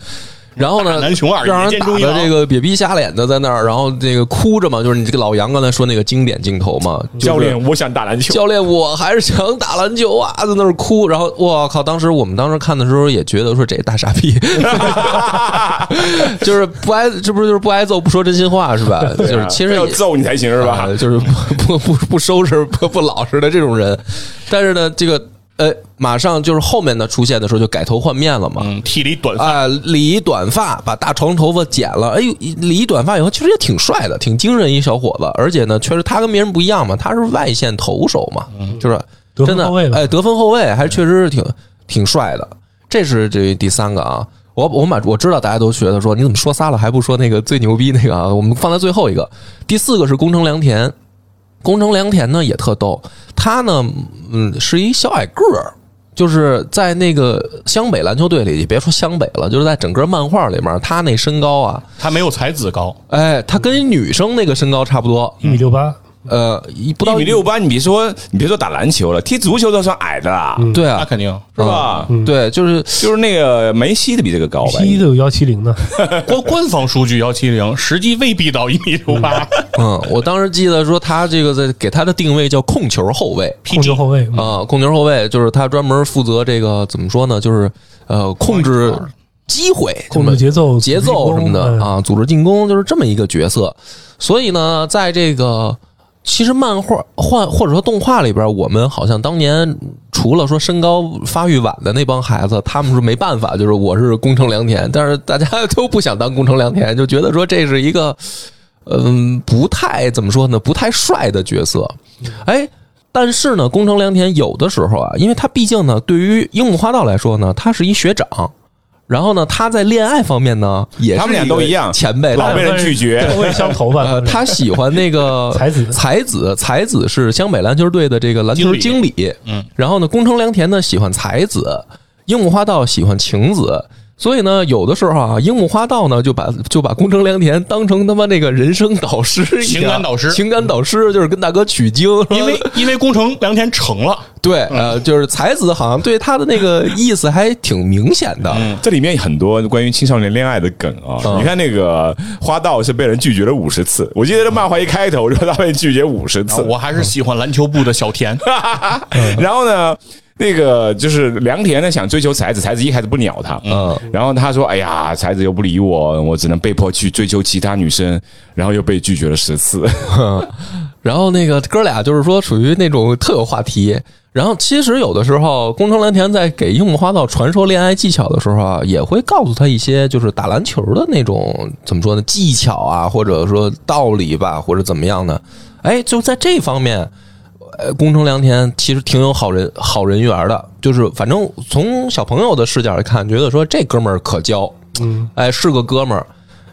S1: 然后呢，
S4: 大南雄二
S1: 让人
S4: 野间
S1: 打
S4: 中
S1: 的
S4: 央
S1: 这个瘪逼瞎脸的在那儿，然后这个哭着嘛，就是你这个老杨刚才说那个经典镜头嘛，就是
S2: 教练，我想打篮球。
S1: 教练，我还是想打篮球啊，在那儿哭。然后我靠，当时我们当时看的时候也觉得说这大傻逼， 就是不挨，这不是就是不挨揍，不说真心话是吧？
S2: 啊
S1: 就是其实
S2: 要
S1: 也
S2: 揍你才行是吧
S1: 啊？就是不不 不不收拾、不不老实的这种人。但是呢，这个呃，马上就是后面呢出现的时候就改头换面了嘛。
S4: 嗯，剃了一短发，
S1: 啊，理短发，把大长头发剪了。哎呦，理短发以后其实也挺帅的，挺精神一小伙子。而且呢，确实他跟别人不一样嘛，他是外线投手嘛，
S2: 嗯
S1: 就是
S3: 得分
S1: 真的
S3: 后卫吧
S1: 哎，得分后卫还确实是挺挺帅的。这是这第三个啊，我我把我知道大家都觉得说你怎么说仨了还不说那个最牛逼那个啊，我们放在最后一个。第四个是宫城良田，宫城良田呢也特逗，他呢，嗯，是一小矮个儿，就是在那个湘北篮球队里，也别说湘北了，就是在整个漫画里面，他那身高啊，
S4: 他没有才子高，
S1: 哎，他跟女生那个身高差不多，
S3: 一米六八，
S1: 呃，一不
S2: 一
S1: 到
S2: 米六八，你别说你别说打篮球了，踢足球都算矮的啦，
S1: 对
S4: 那
S1: 啊，
S4: 肯定
S2: 是吧？
S1: 对，就是
S2: 就是那个梅西的比这个高吧？
S3: 西都有幺七零呢，
S4: 官官方数据幺七零，实际未必到一米六八。
S1: 嗯，我当时记得说他这个在给他的定位叫控球后卫。
S3: 控球后卫，
S1: 啊，控球后卫就是他专门负责这个怎么说呢？就是呃，控制机会、
S3: 控制节奏
S1: 节奏什么
S3: 组织进
S1: 的
S3: 攻哎
S1: 啊，组织进攻就是这么一个角色。所以呢，在这个其实漫画或或者说动画里边，我们好像当年除了说身高发育晚的那帮孩子，他们是没办法，就是我是宫城良田，但是大家 都不想当宫城良田，就觉得说这是一个嗯不太怎么说呢，不太帅的角色。哎，但是呢，宫城良田有的时候啊，因为他毕竟呢，对于樱木花道来说呢，他是一学长。然后呢，他在恋爱方面呢，也是
S2: 他们俩
S1: 个
S2: 都一样
S1: 前辈，
S2: 老被人拒绝
S3: 后卫相投
S1: 呃，
S3: 吧，
S4: 嗯
S1: 他喜欢那个
S3: 才子
S1: 才子，才子是湘北篮球队的这个篮球经
S4: 经
S1: 理。嗯，然后呢，宫城良田呢喜欢才子，樱木花道喜欢晴子，所以呢，有的时候啊，樱木花道呢就把就把宫城良田当成他妈那个人生导师一样，
S4: 情感导师
S1: 情感导师就是跟大哥取经，
S4: 因为因为工程良田成了，
S1: 对，呃，就是才子好像对他的那个意思还挺明显的，
S4: 嗯
S2: 这里面很多关于青少年恋爱的梗啊，
S4: 哦
S2: 你看那个花道是被人拒绝了五十次，我记得这漫画一开头就他被拒绝五十
S4: 啊
S2: 次，啊
S4: 我嗯还是喜欢篮球部的小田，
S2: 然后呢，那个就是良田呢想追求才子，才子一开始不鸟他，嗯，然后他说：“哎呀，才子又不理我，我只能被迫去追求其他女生。”然后又被拒绝了十次，
S1: 然后那个哥俩就是说属于那种特有话题。然后其实有的时候，宫城良田在给樱木花道传授恋爱技巧的时候啊，也会告诉他一些就是打篮球的那种怎么说呢技巧啊，或者说道理吧，或者怎么样的。哎，就在这方面，呃，宫城良田其实挺有好人呃好人缘的，就是反正从小朋友的视角来看，觉得说这哥们儿可交，嗯，哎，是个哥们儿。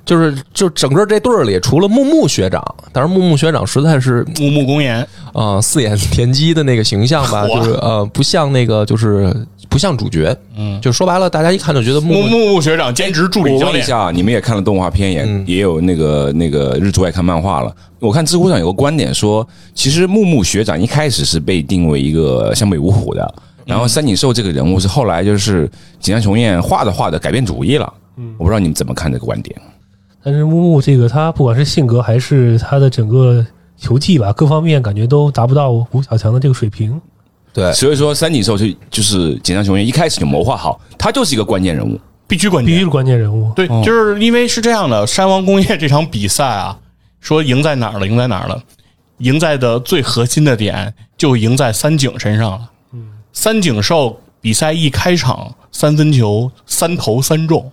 S1: 就是就整个这队儿里，除了木木学长，但是木木学长实在是
S4: 木木公演，
S1: 啊、四眼田鸡的那个形象吧，
S4: 嚯
S1: 就是呃，不像那个，就是不像主角。嗯，就说白了，大家一看就觉得木
S4: 木
S1: 木
S4: 木木学长兼职助理
S2: 我
S4: 教
S2: 问一
S4: 练，
S2: 下，你们也看了动画片，也、
S4: 嗯
S2: 也有那个那个日出爱看漫画了。我看知乎上有个观点说，其实木木学长一开始是被定为一个湘北五虎的，然后
S4: 嗯
S2: 三井寿这个人物是后来就是井上雄彦画着画着改变主意了。
S4: 嗯
S2: 我不知道你们怎么看这个观点。
S3: 但是木木这个他不管是性格还是他的整个球技吧，各方面感觉都达不到吴小强的这个水平。
S1: 对
S2: 呃所以说，三井寿就就是井上雄彦一开始就谋划好，他就是一个关键人物。
S4: 必须关
S3: 必须
S4: 键
S3: 是。关键人物。
S4: 对，就是因为是这样的，山王工业这场比赛啊，说赢在哪儿了？赢在哪儿了？赢在的最核心的点就赢在三井身上了。嗯，三井寿比赛一开场三分球三投三中，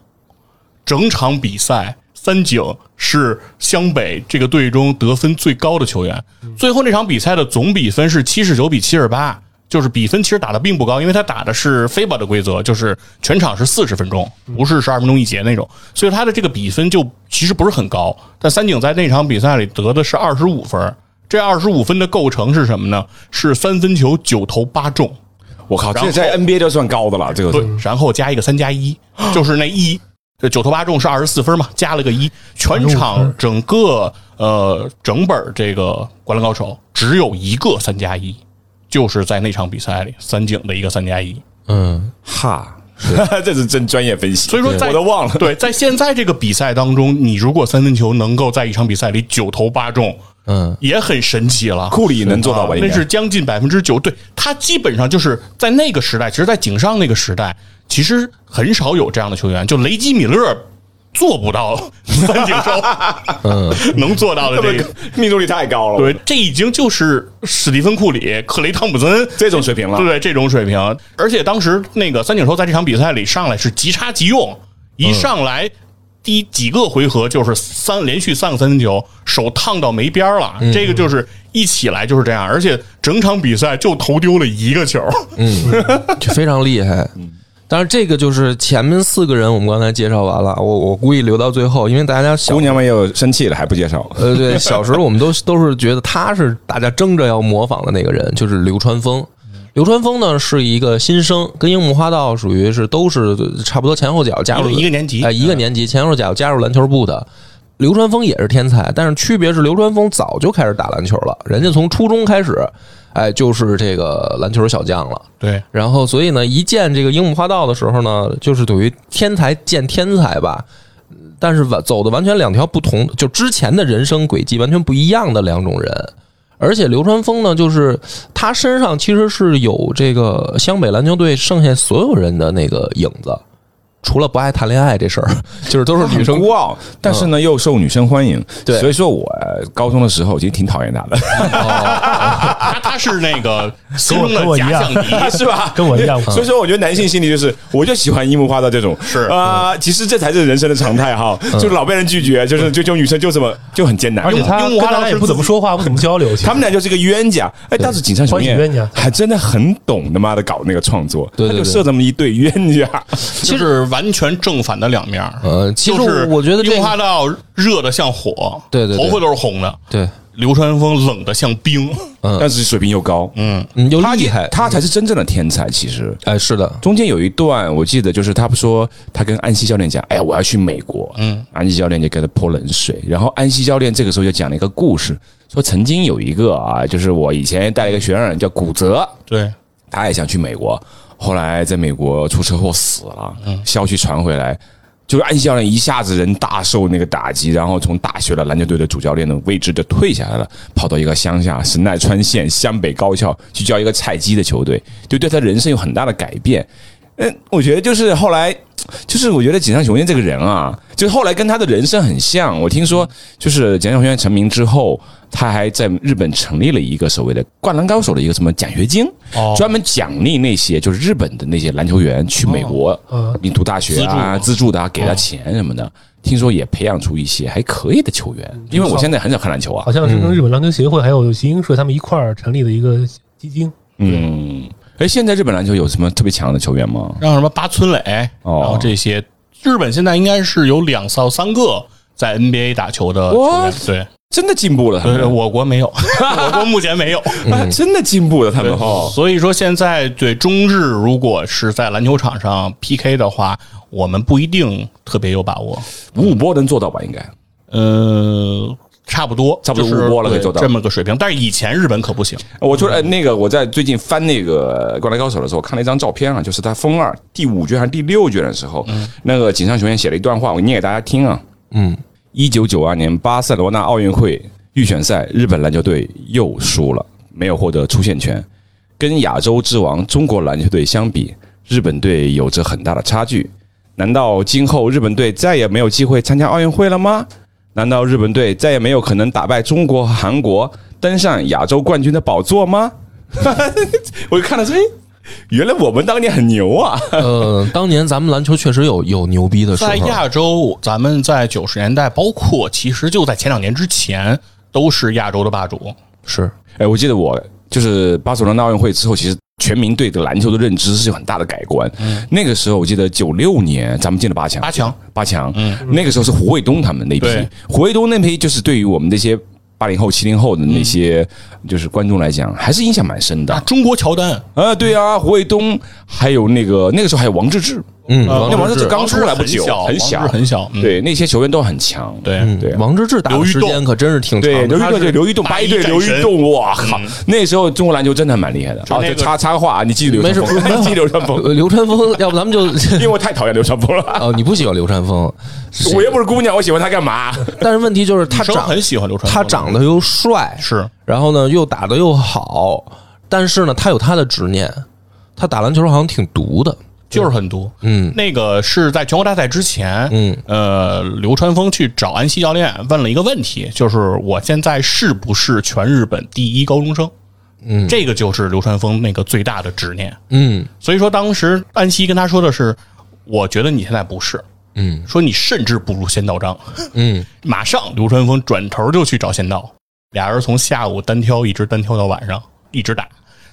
S4: 整场比赛三井是湘北这个队中得分最高的球员。最后那场比赛的总比分是七十九比七十八。就是比分其实打的并不高，因为他打的是 FIBA 的规则，就是全场是四十分钟，不是十二分钟一节那种，所以他的这个比分就其实不是很高。但三井在那场比赛里得的是二十五分，这二十五分的构成是什么呢？是三分球九投八中，
S2: 我靠，
S4: 然
S2: 这
S4: 后
S2: 在 NBA 就算高的了，这个
S4: 对，然后加一个三加一，就是那一，这九投八中是二十四分嘛，加了个一，全场整个呃整本这个《灌篮高手》只有一个三加一，就是在那场比赛里三井的一个三加一，
S1: 嗯，
S2: 哈， 这是真专业分析。
S4: 所以说在
S2: 我都忘了。
S4: 对，在现在这个比赛当中，你如果三分球能够在一场比赛里九投八中，
S1: 嗯，
S4: 也很神奇了。
S2: 库里能做到吧？
S4: 啊
S2: 应该
S4: 那是将近百分之九。对他基本上就是在那个时代，其实，在井上那个时代，其实很少有这样的球员，就雷吉米勒做不到 三井寿，能做到的这个。
S2: 命中率太高了，
S4: 对，这已经就是史蒂芬库里、克雷汤普森
S2: 这种水平了。
S4: 对这种水平。而且当时那个三井寿在这场比赛里上来是即插即用，
S1: 嗯
S4: 一上来第几个回合就是三连续三个三分球，手烫到没边儿了。
S1: 嗯
S4: 这个就是一起来就是这样，而且整场比赛就投丢了一 个球。
S1: 就非常厉害。但是这个就是前面四个人我们刚才介绍完了，我我估计留到最后，因为大家小
S2: 姑娘们又生气了，还不介绍。
S1: 呃，对，小时候我们都都是觉得他是大家争着要模仿的那个人，就是流川枫。
S4: 嗯
S1: 流川枫呢是一个新生，跟樱木花道属于是都是差不多前后脚加入
S4: 一个一个年级嗯
S1: 哎、一个年级前后脚加入篮球部的。流川枫也是天才，但是区别是流川枫早就开始打篮球了，人家从初中开始，哎，就是这个篮球小将了。
S4: 对，
S1: 然后所以呢，一见这个樱木花道的时候呢，就是等于天才见天才吧，但是完走的完全两条不同，就之前的人生轨迹完全不一样的两种人。而且流川枫呢，就是他身上其实是有这个湘北篮球队剩下所有人的那个影子，除了不爱谈恋爱这事儿， 就是都是女 生
S2: 孤傲，但是呢又受女生欢迎，
S1: 对
S2: 所以说我呃高中的时候其实挺讨厌他的，
S1: 哦
S4: 他他是那 个心
S3: 跟我
S4: 中的
S3: 跟我一
S4: 假
S3: 样
S4: 想敌。
S2: 是吧？
S3: 跟我一样
S2: 所以说我觉得男性心里就是，我就喜欢樱木花道这种，
S4: 是
S2: 啊，其实这才是人生的常态哈，就是老被人拒绝，就是就就女生就这么就很艰难，
S3: 而且他
S4: 用
S3: 跟
S4: 用花
S3: 大
S4: 篮
S3: 家也
S4: 是
S3: 不怎么说话，不怎么交流。其 实
S2: 他们俩就是一个冤家。哎，但是井上雄彦
S3: 欢喜冤家
S2: 还真的很懂他妈的搞那个创作，
S1: 对对对
S2: 他就设这么一对冤家。
S4: 就是完全正反的两面儿。
S1: 呃其实
S4: 就是
S1: 我觉得这个
S4: 樱花道热的像火，
S1: 对对对
S4: 头发都是红的。
S1: 对，
S4: 流川枫冷得像冰，
S2: 但是水平又高，
S4: 嗯，
S1: 嗯，又
S2: 他
S1: 厉害，
S2: 他才是真正的天才。其实
S1: 哎，是的，
S2: 中间有一段我记得，就是他说他跟安西教练讲：“哎呀，我要去美国。”嗯，安西教练就给他泼冷水，然后安西教练这个时候就讲了一个故事，说曾经有一个啊，就是我以前带了一个学生叫古泽，
S4: 对，
S2: 他也想去美国，后来在美国出车祸死了，消息传回来，就是安西教练一下子人大受那个打击，然后从大学的篮球队的主教练的位置就退下来了，跑到一个乡下神奈川县湘北高校去教一个菜鸡的球队，就对他人生有很大的改变。嗯，我觉得就是后来，就是我觉得井上雄彦这个人啊，就是后来跟他的人生很像。我听说，就是井上雄彦成名之后，他还在日本成立了一个所谓的“灌篮高手”的一个什么奖学金，
S4: 哦
S2: 专门奖励那些就是日本的那些篮球员去美国，你读大学啊，哦嗯资助的啊，给他钱什么的。听说也培养出一些还可以的球员，因为我现在很少看篮球啊
S3: 好。像是
S1: 嗯
S3: 跟日本篮球协会还有集英社他们一块儿成立的一个基金，
S2: 嗯，哎，现在日本篮球有什么特别强的球员吗？
S4: 让什么八村垒，
S2: 哦
S4: 然后这些日本现在应该是有两到三个在 NBA 打球的球员
S2: What？，
S4: 对，
S2: 真的进步了，他
S4: 对，
S2: 们
S4: 我国没有， 我国目前没 有。
S2: 啊，真的进步了，他们哦。
S4: 所以说现在对中日如果是在篮球场上 PK 的话，我们不一定特别有把握。
S2: 五五波能做到吧？应该
S4: 呃，差不多，
S2: 差不多
S4: 就是
S2: 五波了可以
S4: 对
S2: 做到
S4: 这么个水平。但是以前日本可不行，
S2: 我突然那个我在最近翻那个《灌篮高手》的时候，看了一张照片啊，就是他封二第五卷还是第六卷的时候，那个井上雄彦写了一段话，我念给大家听啊。
S1: 嗯，
S2: 一九九二年巴塞罗那奥运会预选赛，日本篮球队又输了，没有获得出线权。跟亚洲之王中国篮球队相比，日本队有着很大的差距。难道今后日本队再也没有机会参加奥运会了吗？难道日本队再也没有可能打败中国、和韩国，登上亚洲冠军的宝座吗？ 我就看了说，哎原来我们当年很牛啊！
S1: 呃，当年咱们篮球确实有有牛逼的时候
S4: 在，亚洲，咱们在九十年代，包括其实就在前两年之前，都是亚洲的霸主。
S1: 是
S2: 哎，我记得我就是巴塞罗那奥运会之后，其实全民对这个篮球的认知是有很大的改观。那个时候，我记得九六年咱们进了八强，
S4: 八强，
S2: 八强。嗯那个时候是胡卫东他们那批
S4: 对，
S2: 胡卫东那批就是对于我们这些八零后、七零后的那些就是观众来讲，还是印象蛮深
S4: 那
S2: 的。
S4: 中国乔丹，
S2: 啊，对啊，胡卫东，还有那个那个时候还有王治郅，
S1: 嗯，
S4: 呃
S2: 那王治郅刚
S4: 王治
S2: 出来不久
S4: 很
S2: 很小
S4: 王治很小，嗯
S2: 对那些球员都很强。
S4: 对，
S1: 嗯
S2: 对啊
S1: 王治郅打的时
S4: 刘玉
S1: 间可真是挺长
S2: 对，
S1: 的，
S2: 刘玉
S4: 他
S2: 栋，
S4: 是
S2: 对刘玉栋，
S4: 打
S2: 白
S4: 一
S2: 队
S4: 战
S2: 刘玉
S4: 神
S2: 栋，哇靠！那时候中国篮球真的还蛮厉害的
S4: 就
S2: 啊！
S4: 那
S2: 对，
S4: 个
S2: 插嗯插个话啊，你记得
S1: 没
S2: 刘
S1: 事
S2: 川
S1: 没有
S2: 枫，记得刘川枫，
S1: 呃刘川枫，要不咱们就
S2: 因为我太讨厌刘川枫了。
S1: 哦，你不喜欢刘川枫，
S2: 我 又不是姑娘，我喜欢他干嘛？
S1: 但是问题就是他
S4: 女生
S1: 长
S4: 很喜欢流川
S1: 他
S4: 枫，
S1: 长得又帅，
S4: 是
S1: 然后呢又打得又好，但是呢他有他的执念，他打篮球好像挺毒的，
S4: 就是很毒。
S1: 嗯
S4: 那个是在全国大赛之前，
S1: 嗯，
S4: 呃，刘川枫去找安西教练问了一个问题，就是我现在是不是全日本第一高中生？嗯，这个就是刘川枫那个最大的执念。
S1: 嗯
S4: 所以说当时安西跟他说的是，我觉得你现在不是，
S1: 嗯
S4: 说你甚至不如仙道章。
S1: 嗯，
S4: 马上刘川枫转头就去找仙道，俩人从下午单挑一直单挑到晚上，一直打，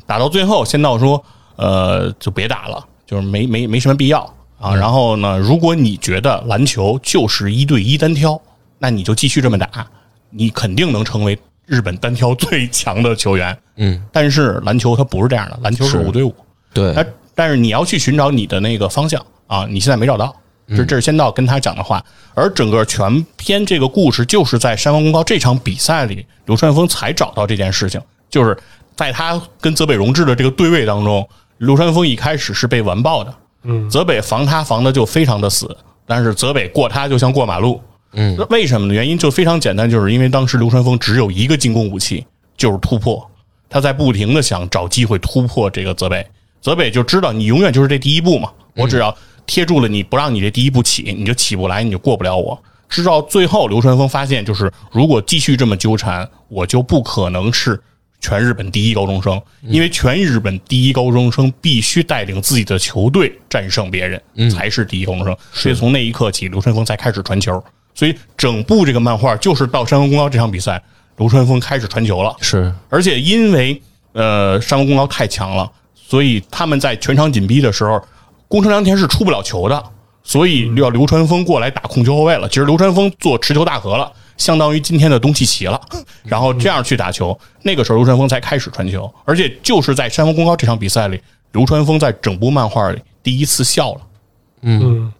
S4: 打到最后仙道说，呃，就别打了，就是没没没什么必要
S1: 嗯
S4: 啊。然后呢，如果你觉得篮球就是一对一单挑，那你就继续这么打，你肯定能成为。日本单挑最强的球员，
S1: 嗯，
S4: 但是篮球它不是这样的，篮球是五对五，
S1: 对，
S4: 但但是你要去寻找你的那个方向啊，你现在没找到。这这是仙道跟他讲的话，而整个全篇这个故事就是在山王公告这场比赛里，流川枫才找到这件事情，就是在他跟泽北荣治的这个对位当中，流川枫一开始是被完爆的，嗯，泽北防他防的就非常的死，但是泽北过他就像过马路，嗯，为什么呢？原因就非常简单，就是因为当时流川枫只有一个进攻武器，就是突破，他在不停的想找机会突破这个泽北，泽北就知道你永远就是这第一步嘛，我只要贴住了你，不让你这第一步起，你就起不来，你就过不了我。直到最后，流川枫发现，就是如果继续这么纠缠，我就不可能是全日本第一高中生，因为全日本第一高中生必须带领自己的球队战胜别人，才是第一高中生。所以从那一刻起，流川枫才开始传球。所以整部这个漫画就是到山王公高这场比赛，流川枫开始传球了。
S1: 是
S4: 而且因为呃山王公高太强了，所以他们在全场紧逼的时候，宫城良田是出不了球的，所以要流川枫过来打控球后卫了。其实流川枫做持球大核了，相当于今天的东契奇了，然后这样去打球。那个时候流川枫才开始传球，而且就是在山峰公高这场比赛里，流川枫在整部漫画里第一次笑了。
S3: 嗯，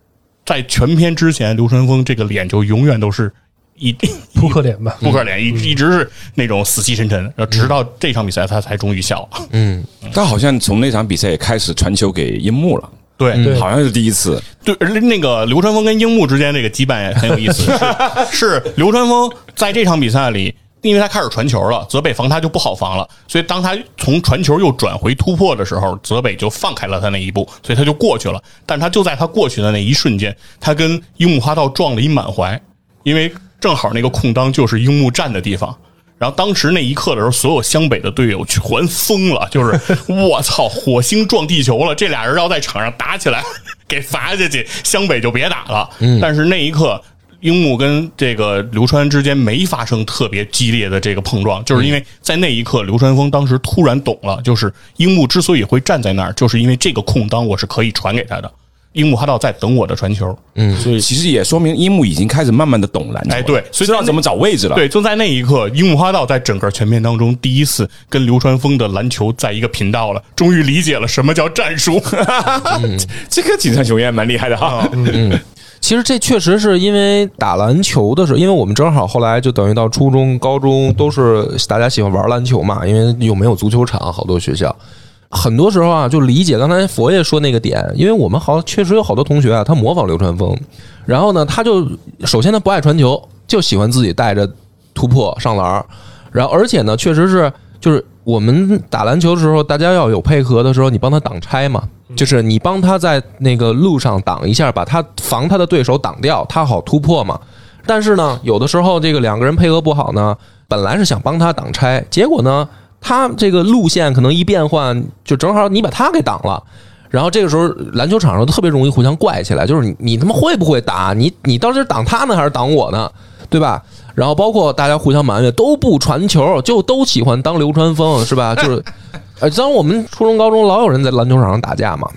S4: 在全篇之前，流川枫这个脸就永远都是一
S3: 扑克脸吧，
S1: 嗯
S4: 扑克脸，一一直是那种死气沉沉，然后直到这场比赛他才终于笑了。
S1: 嗯，
S2: 但好像从那场比赛也开始传球给樱木了，
S4: 对
S3: 对
S2: 好像是第一次。
S4: 嗯对，而那个流川枫跟樱木之间这个羁绊也很有意 思，是是流川枫在这场比赛里。因为他开始传球了，泽北防他就不好防了，所以当他从传球又转回突破的时候，泽北就放开了他那一步，所以他就过去了。但他就在他过去的那一瞬间，他跟樱木花道撞了一满怀，因为正好那个空当就是樱木站的地方。然后当时那一刻的时候，所有湘北的队友全疯了，就是我操，火星撞地球了！这俩人要在场上打起来，给罚下去，湘北就别打了。但是那一刻，樱木跟这个流川之间没发生特别激烈的这个碰撞，就是因为在那一刻，流川枫当时突然懂了，就是樱木之所以会站在那儿，就是因为这个空当我是可以传给他的。樱木花道在等我的传球，
S1: 嗯
S2: 所以其实也说明樱木已经开始慢慢的懂篮球了，
S4: 哎对所
S2: 知
S4: 以
S2: 道
S4: 他那
S2: 怎么找位置了。
S4: 对，就在那一刻，樱木花道在整个全片当中第一次跟流川枫的篮球在一个频道了，终于理解了什么叫战术。
S2: 这个井上雄彦蛮厉害的哈。
S1: 其实这确实是因为打篮球的时候，因为我们正好后来就等于到初中、高中都是大家喜欢玩篮球嘛，因为又没有足球场，好多学校。很多时候啊，就理解刚才佛爷说那个点，因为我们好确实有好多同学啊，他模仿流川枫，然后呢，他就首先他不爱传球，就喜欢自己带着突破上篮儿，然后而且呢，确实是就是我们打篮球的时候，大家要有配合的时候，你帮他挡拆嘛，就是你帮他在那个路上挡一下，把他防他的对手挡掉，他好突破嘛。但是呢，有的时候这个两个人配合不好呢，本来是想帮他挡拆，结果呢，他这个路线可能一变换，就正好你把他给挡了。然后这个时候，篮球场上特别容易互相怪起来，就是你你他妈会不会打？你你到底是挡他呢，还是挡我呢？对吧？然后包括大家互相埋怨，都不传球，就都喜欢当流川枫，是吧？就是，呃，当我们初中、高中老有人在篮球场上打架嘛，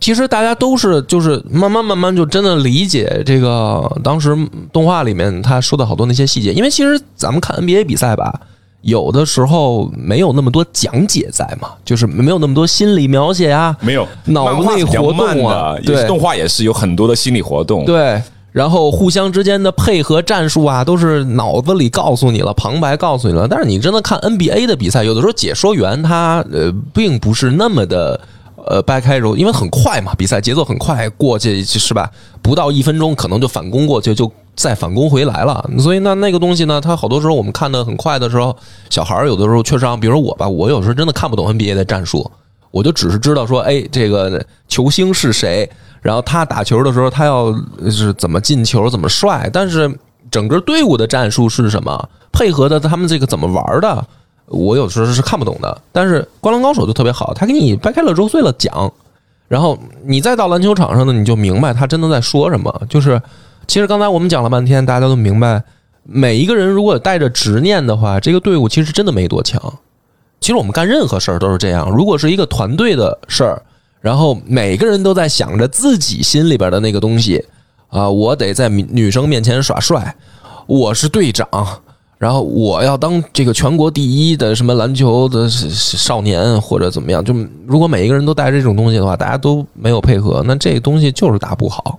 S1: 其实大家都是就是慢慢慢慢就真的理解这个当时动画里面他说的好多那些细节，因为其实咱们看 NBA 比赛吧，有的时候没有那么多讲解在嘛，就是没有那么多心理描写啊，
S2: 没有
S1: 脑内活动啊
S2: 漫画是比较慢的也是
S1: 对
S2: 动画也是有很多的心理活动。
S1: 对，然后互相之间的配合战术啊，都是脑子里告诉你了，旁白告诉你了。但是你真的看 NBA 的比赛，有的时候解说员他呃并不是那么的。呃，掰开揉，因为很快嘛，比赛节奏很快，过去是吧？不到一分钟，可能就反攻过去，就再反攻回来了。所以那那个东西呢，它好多时候我们看的很快的时候，小孩儿有的时候确实啊，比如说我吧，我有时候真的看不懂 NBA 的战术，我就只是知道说，哎，这个球星是谁，然后他打球的时候他要呃是怎么进球、怎么帅，但是整个队伍的战术是什么，配合的他们这个怎么玩的，我有时候是看不懂的。但是《灌篮高手》就特别好，他给你掰开了揉碎了讲，然后你再到篮球场上呢，你就明白他真的在说什么。就是其实刚才我们讲了半天，大家都明白，每一个人如果带着执念的话，这个队伍其实真的没多强。其实我们干任何事儿都是这样，如果是一个团队的事儿，然后每个人都在想着自己心里边的那个东西啊、我得在女女生面前耍帅，我是队长。然后我要当这个全国第一的什么篮球的少年或者怎么样，就如果每一个人都带着这种东西的话，大家都没有配合，那这个东西就是打不好。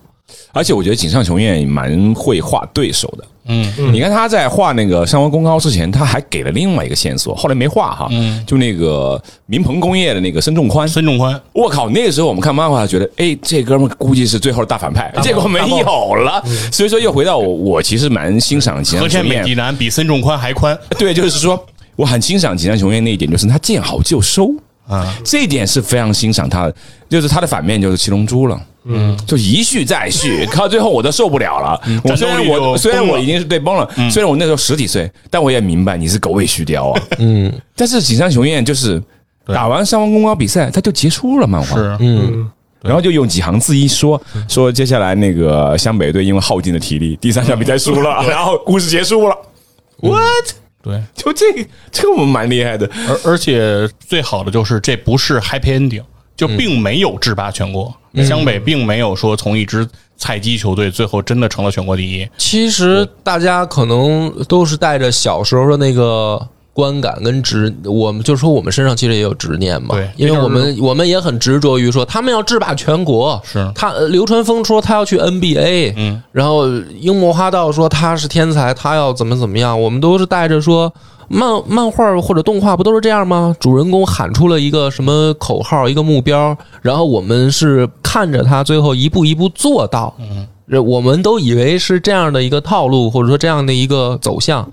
S2: 而且我觉得井上雄彦蛮会画对手的。
S4: 嗯，
S2: 你看他在画那个《上官公高》之前，他还给了另外一个线
S1: 嗯
S2: 索，后来没画哈。就那个民鹏工业的那个申仲宽，
S4: 孙仲宽，
S2: 我靠！那个时候我们看漫画，觉得哎，这哥们儿估计是最后大反
S1: 嗯
S2: 派，结果没有了。所以说又回到我，我其实蛮欣赏井
S4: 和
S2: 上
S4: 田
S2: 雄
S4: 美纪
S2: 彦。
S4: 男比孙仲宽还宽。
S2: 对，就是说我很欣赏井上雄彦那一点，就是他见好就收。
S4: 啊，
S2: 这一点是非常欣赏他的，就是他的反面就是七龙珠了。嗯，就一续再 续，靠，最后我都受不了了。嗯我虽然
S4: 战斗力就
S2: 我虽然
S4: 崩
S2: 我
S4: 了
S2: 已经是对崩了，虽然我那时候十几岁，但我也明白你是狗尾续貂啊。嗯，但是井上雄彦就是打完上王公啊高比赛，他就结束了漫画，
S4: 是，
S1: 嗯，
S2: 然后就用几行字一说说接下来那个湘北队因为耗尽了体力，第三场比赛输了，然后故事结束了。What？
S4: 对，
S2: 就这个这个我们蛮厉害的，
S4: 而而且最好的就是这不是 happy ending，就并没有制霸全国。湘北并没有说从一支菜鸡球队最后真的成了全国第一，
S1: 其实大家可能都是带着小时候的那个观感跟执，我们就说我们身上其实也有执念嘛，
S4: 对
S1: 因为我们我们也很执着于说他们要制霸全国，
S4: 是
S1: 他呃刘传峰说他要去 NBA，嗯，然后樱木花道说他是天才，他要怎么怎么样，我们都是带着说。漫漫画或者动画不都是这样吗？主人公喊出了一个什么口号，一个目标，然后我们是看着他最后一步一步做到。这我们都以为是这样的一个套路，或者说这样的一个走向，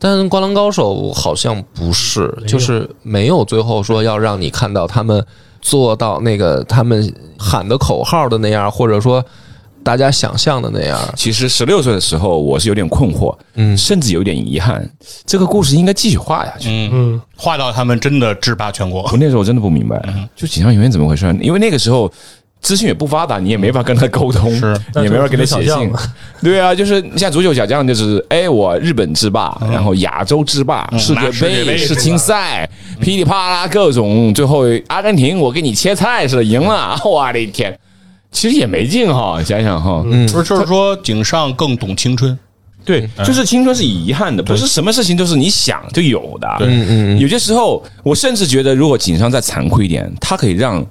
S1: 但《灌篮高手》好像不是，就是没有最后说要让你看到他们做到那个他们喊的口号的那样，或者说大家想象的那样。
S2: 其实十六岁的时候，我是有点困惑，嗯，甚至有点遗憾，这个故事应该继续画下去。
S3: 嗯，
S4: 画到他们真的制霸全国
S2: 我。那时候我真的不明白，就锦上影院怎么回事？因为那个时候资讯也不发达，你也没法跟他沟通，
S4: 是
S2: 你也没法给他写
S3: 那就是足球小将
S2: 信
S3: 嘛。
S2: 对啊，就是像足球小将，就是哎，我日本制霸，然后亚洲制霸，世
S4: 拿世
S2: 界
S4: 界
S2: 杯、
S4: 杯
S2: 世青赛，噼里啪啦各种，最后阿根廷我给你切菜似的赢了，我的天！其实也没劲哈，想想哈，嗯，
S4: 不是，就是说井上更懂青春，
S2: 对，就是青春是遗憾的，不是什么事情都是你想就有的。啊
S1: 嗯嗯，
S2: 有些时候，我甚至觉得，如果井上再残酷一点，他可以让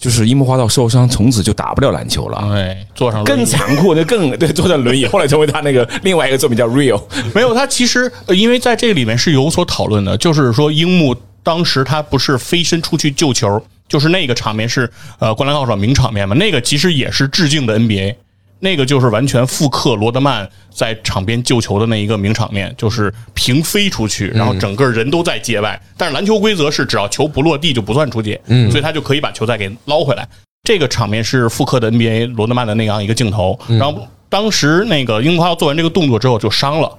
S2: 就是樱木花道受伤，从此就打不了篮球了。
S4: 哎，坐上轮椅
S2: 更残酷，就更对，坐在轮椅，后来成为他那个另外一个作品叫《Real》。
S4: 没有，他其实呃因为在这里面是有所讨论的，就是说樱木当时他不是飞身出去救球，就是那个场面是呃《灌篮高手》名场面嘛，那个其实也是致敬的 NBA，那个就是完全复刻罗德曼在场边救球的那一个名场面，就是平飞出去，然后整个人都在界外。但是篮球规则是只要球不落地就不算出界，嗯，所以他就可以把球再给捞回来。这个场面是复刻的 NBA 罗德曼的那样一个镜头，然后当时那个樱木花道做完这个动作之后就伤了，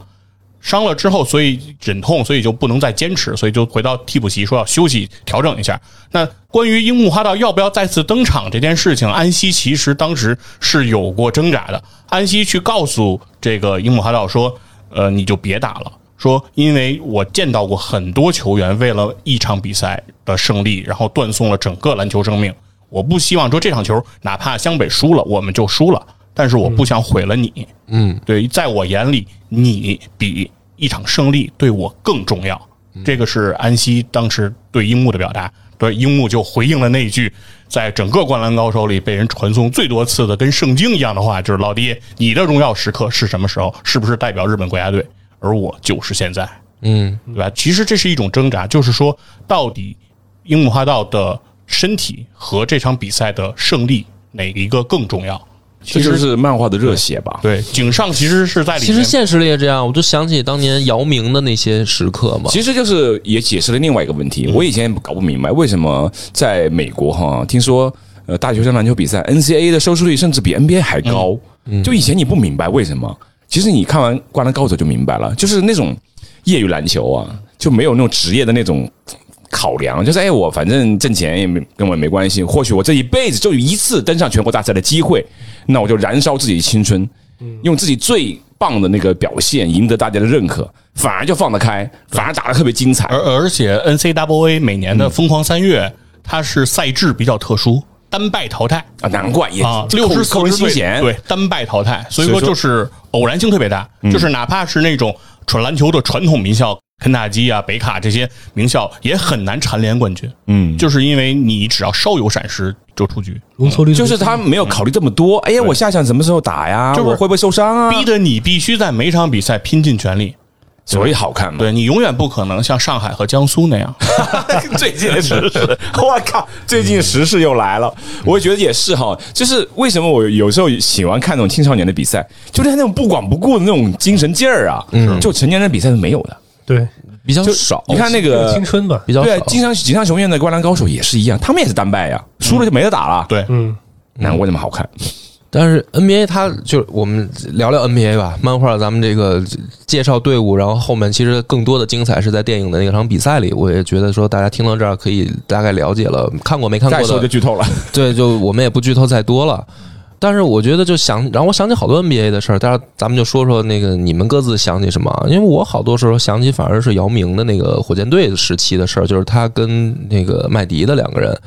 S4: 伤了之后，所以忍痛，所以就不能再坚持，所以就回到替补席说要休息调整一下。那关于樱木花道要不要再次登场这件事情，安西其实当时是有过挣扎的。安西去告诉这个樱木花道说：“呃，你就别打了。”说，因为我见到过很多球员为了一场比赛的胜利，然后断送了整个篮球生命。我不希望说这场球哪怕湘北输了，我们就输了，但是我不想毁了你。对，在我眼里，你比一场胜利对我更重要。
S1: 嗯
S4: 这个是安西当时对樱木的表达。对，樱木就回应了那一句，在整个《灌篮高手》里被人传颂最多次的跟圣经一样的话，就是“老爹，你的荣耀时刻是什么时候？是不是代表日本国家队？而我就是现在。”
S1: 嗯，
S4: 对吧？其实这是一种挣扎，就是说，到底樱木花道的身体和这场比赛的胜利哪一个更重要？
S2: 这就是漫画的热血吧？
S4: 对，井上其实是在里面
S1: 其实现实里也这样，我就想起当年姚明的那些时刻嘛。
S2: 其实就是也解释了另外一个问题，我以前搞不明白为什么在美国哈，听说呃大学生篮球比赛 NCAA 的收视率甚至比 NBA 还高，就以前你不明白为什么，其实你看完《灌篮高手》就明白了，就是那种业余篮球啊，就没有那种职业的那种。考量就是，哎，我反正挣钱也没跟我也没关系，或许我这一辈子就有一次登上全国大赛的机会，那我就燃烧自己的青春，
S4: 嗯
S2: 用自己最棒的那个表现赢得大家的认可，反而就放得开，反而打得特别精彩。
S4: 而而且 N C W A 每年的
S2: 嗯
S4: 疯狂三月，它是赛制比较特殊，单败淘汰
S2: 啊，难怪也
S4: 啊，
S2: 扣
S4: 六十
S2: 扣人心弦。
S4: 对，，单败淘汰，所以
S2: 所以说嗯
S4: 说就是偶然性特别大，就是哪怕是那种传篮球的传统名校。肯塔基啊、北卡这些名校也很难蝉联冠军，
S2: 嗯，
S4: 就是因为你只要稍有闪失就出局，
S3: 容错率
S2: 就是他没有考虑这么多。哎呀，我下场什么时候打呀？
S4: 就是
S2: 我会不会受伤啊？
S4: 逼得你必须在每场比赛拼尽全力。
S2: 所以好看嘛。
S4: 对你永远不可能像上海和江苏那样，
S2: 最近的时事，我靠，最近时事又来了。我觉得也是哈，就是为什么我有时候喜欢看那种青少年的比赛，就是他那种不管不顾的那种精神劲儿啊，就成年人比赛是没有的。
S3: 对
S1: 比较
S2: 就
S1: 嗯少，
S2: 你看那
S3: 这
S2: 个
S3: 青春吧
S1: 呃比，较
S2: 对啊
S1: 少，，
S2: 经常井上雄彦的《灌篮高手》也是一样，他们也是单败呀，
S1: 嗯
S2: 输了就没得打了。，
S4: 对，
S3: 嗯，
S2: 难怪那么好看。
S1: 但是 NBA 它就是我们聊聊 NBA 吧，漫画咱们这个介绍队伍，然后后面其实更多的精彩是在电影的那场比赛里。我也觉得说大家听到这儿可以大概了解了，看过没看
S2: 再
S1: 过
S2: 说就
S1: 的，
S2: 剧透 了。
S1: 对，就我们也不剧透再多了。但是我觉得就想让我想起好多 NBA 的事儿，但是咱们就说说那个你们各自想起什么啊？因为我好多时候想起反而是姚明的那个火箭队时期的事儿，就是他跟那个麦迪的两个人。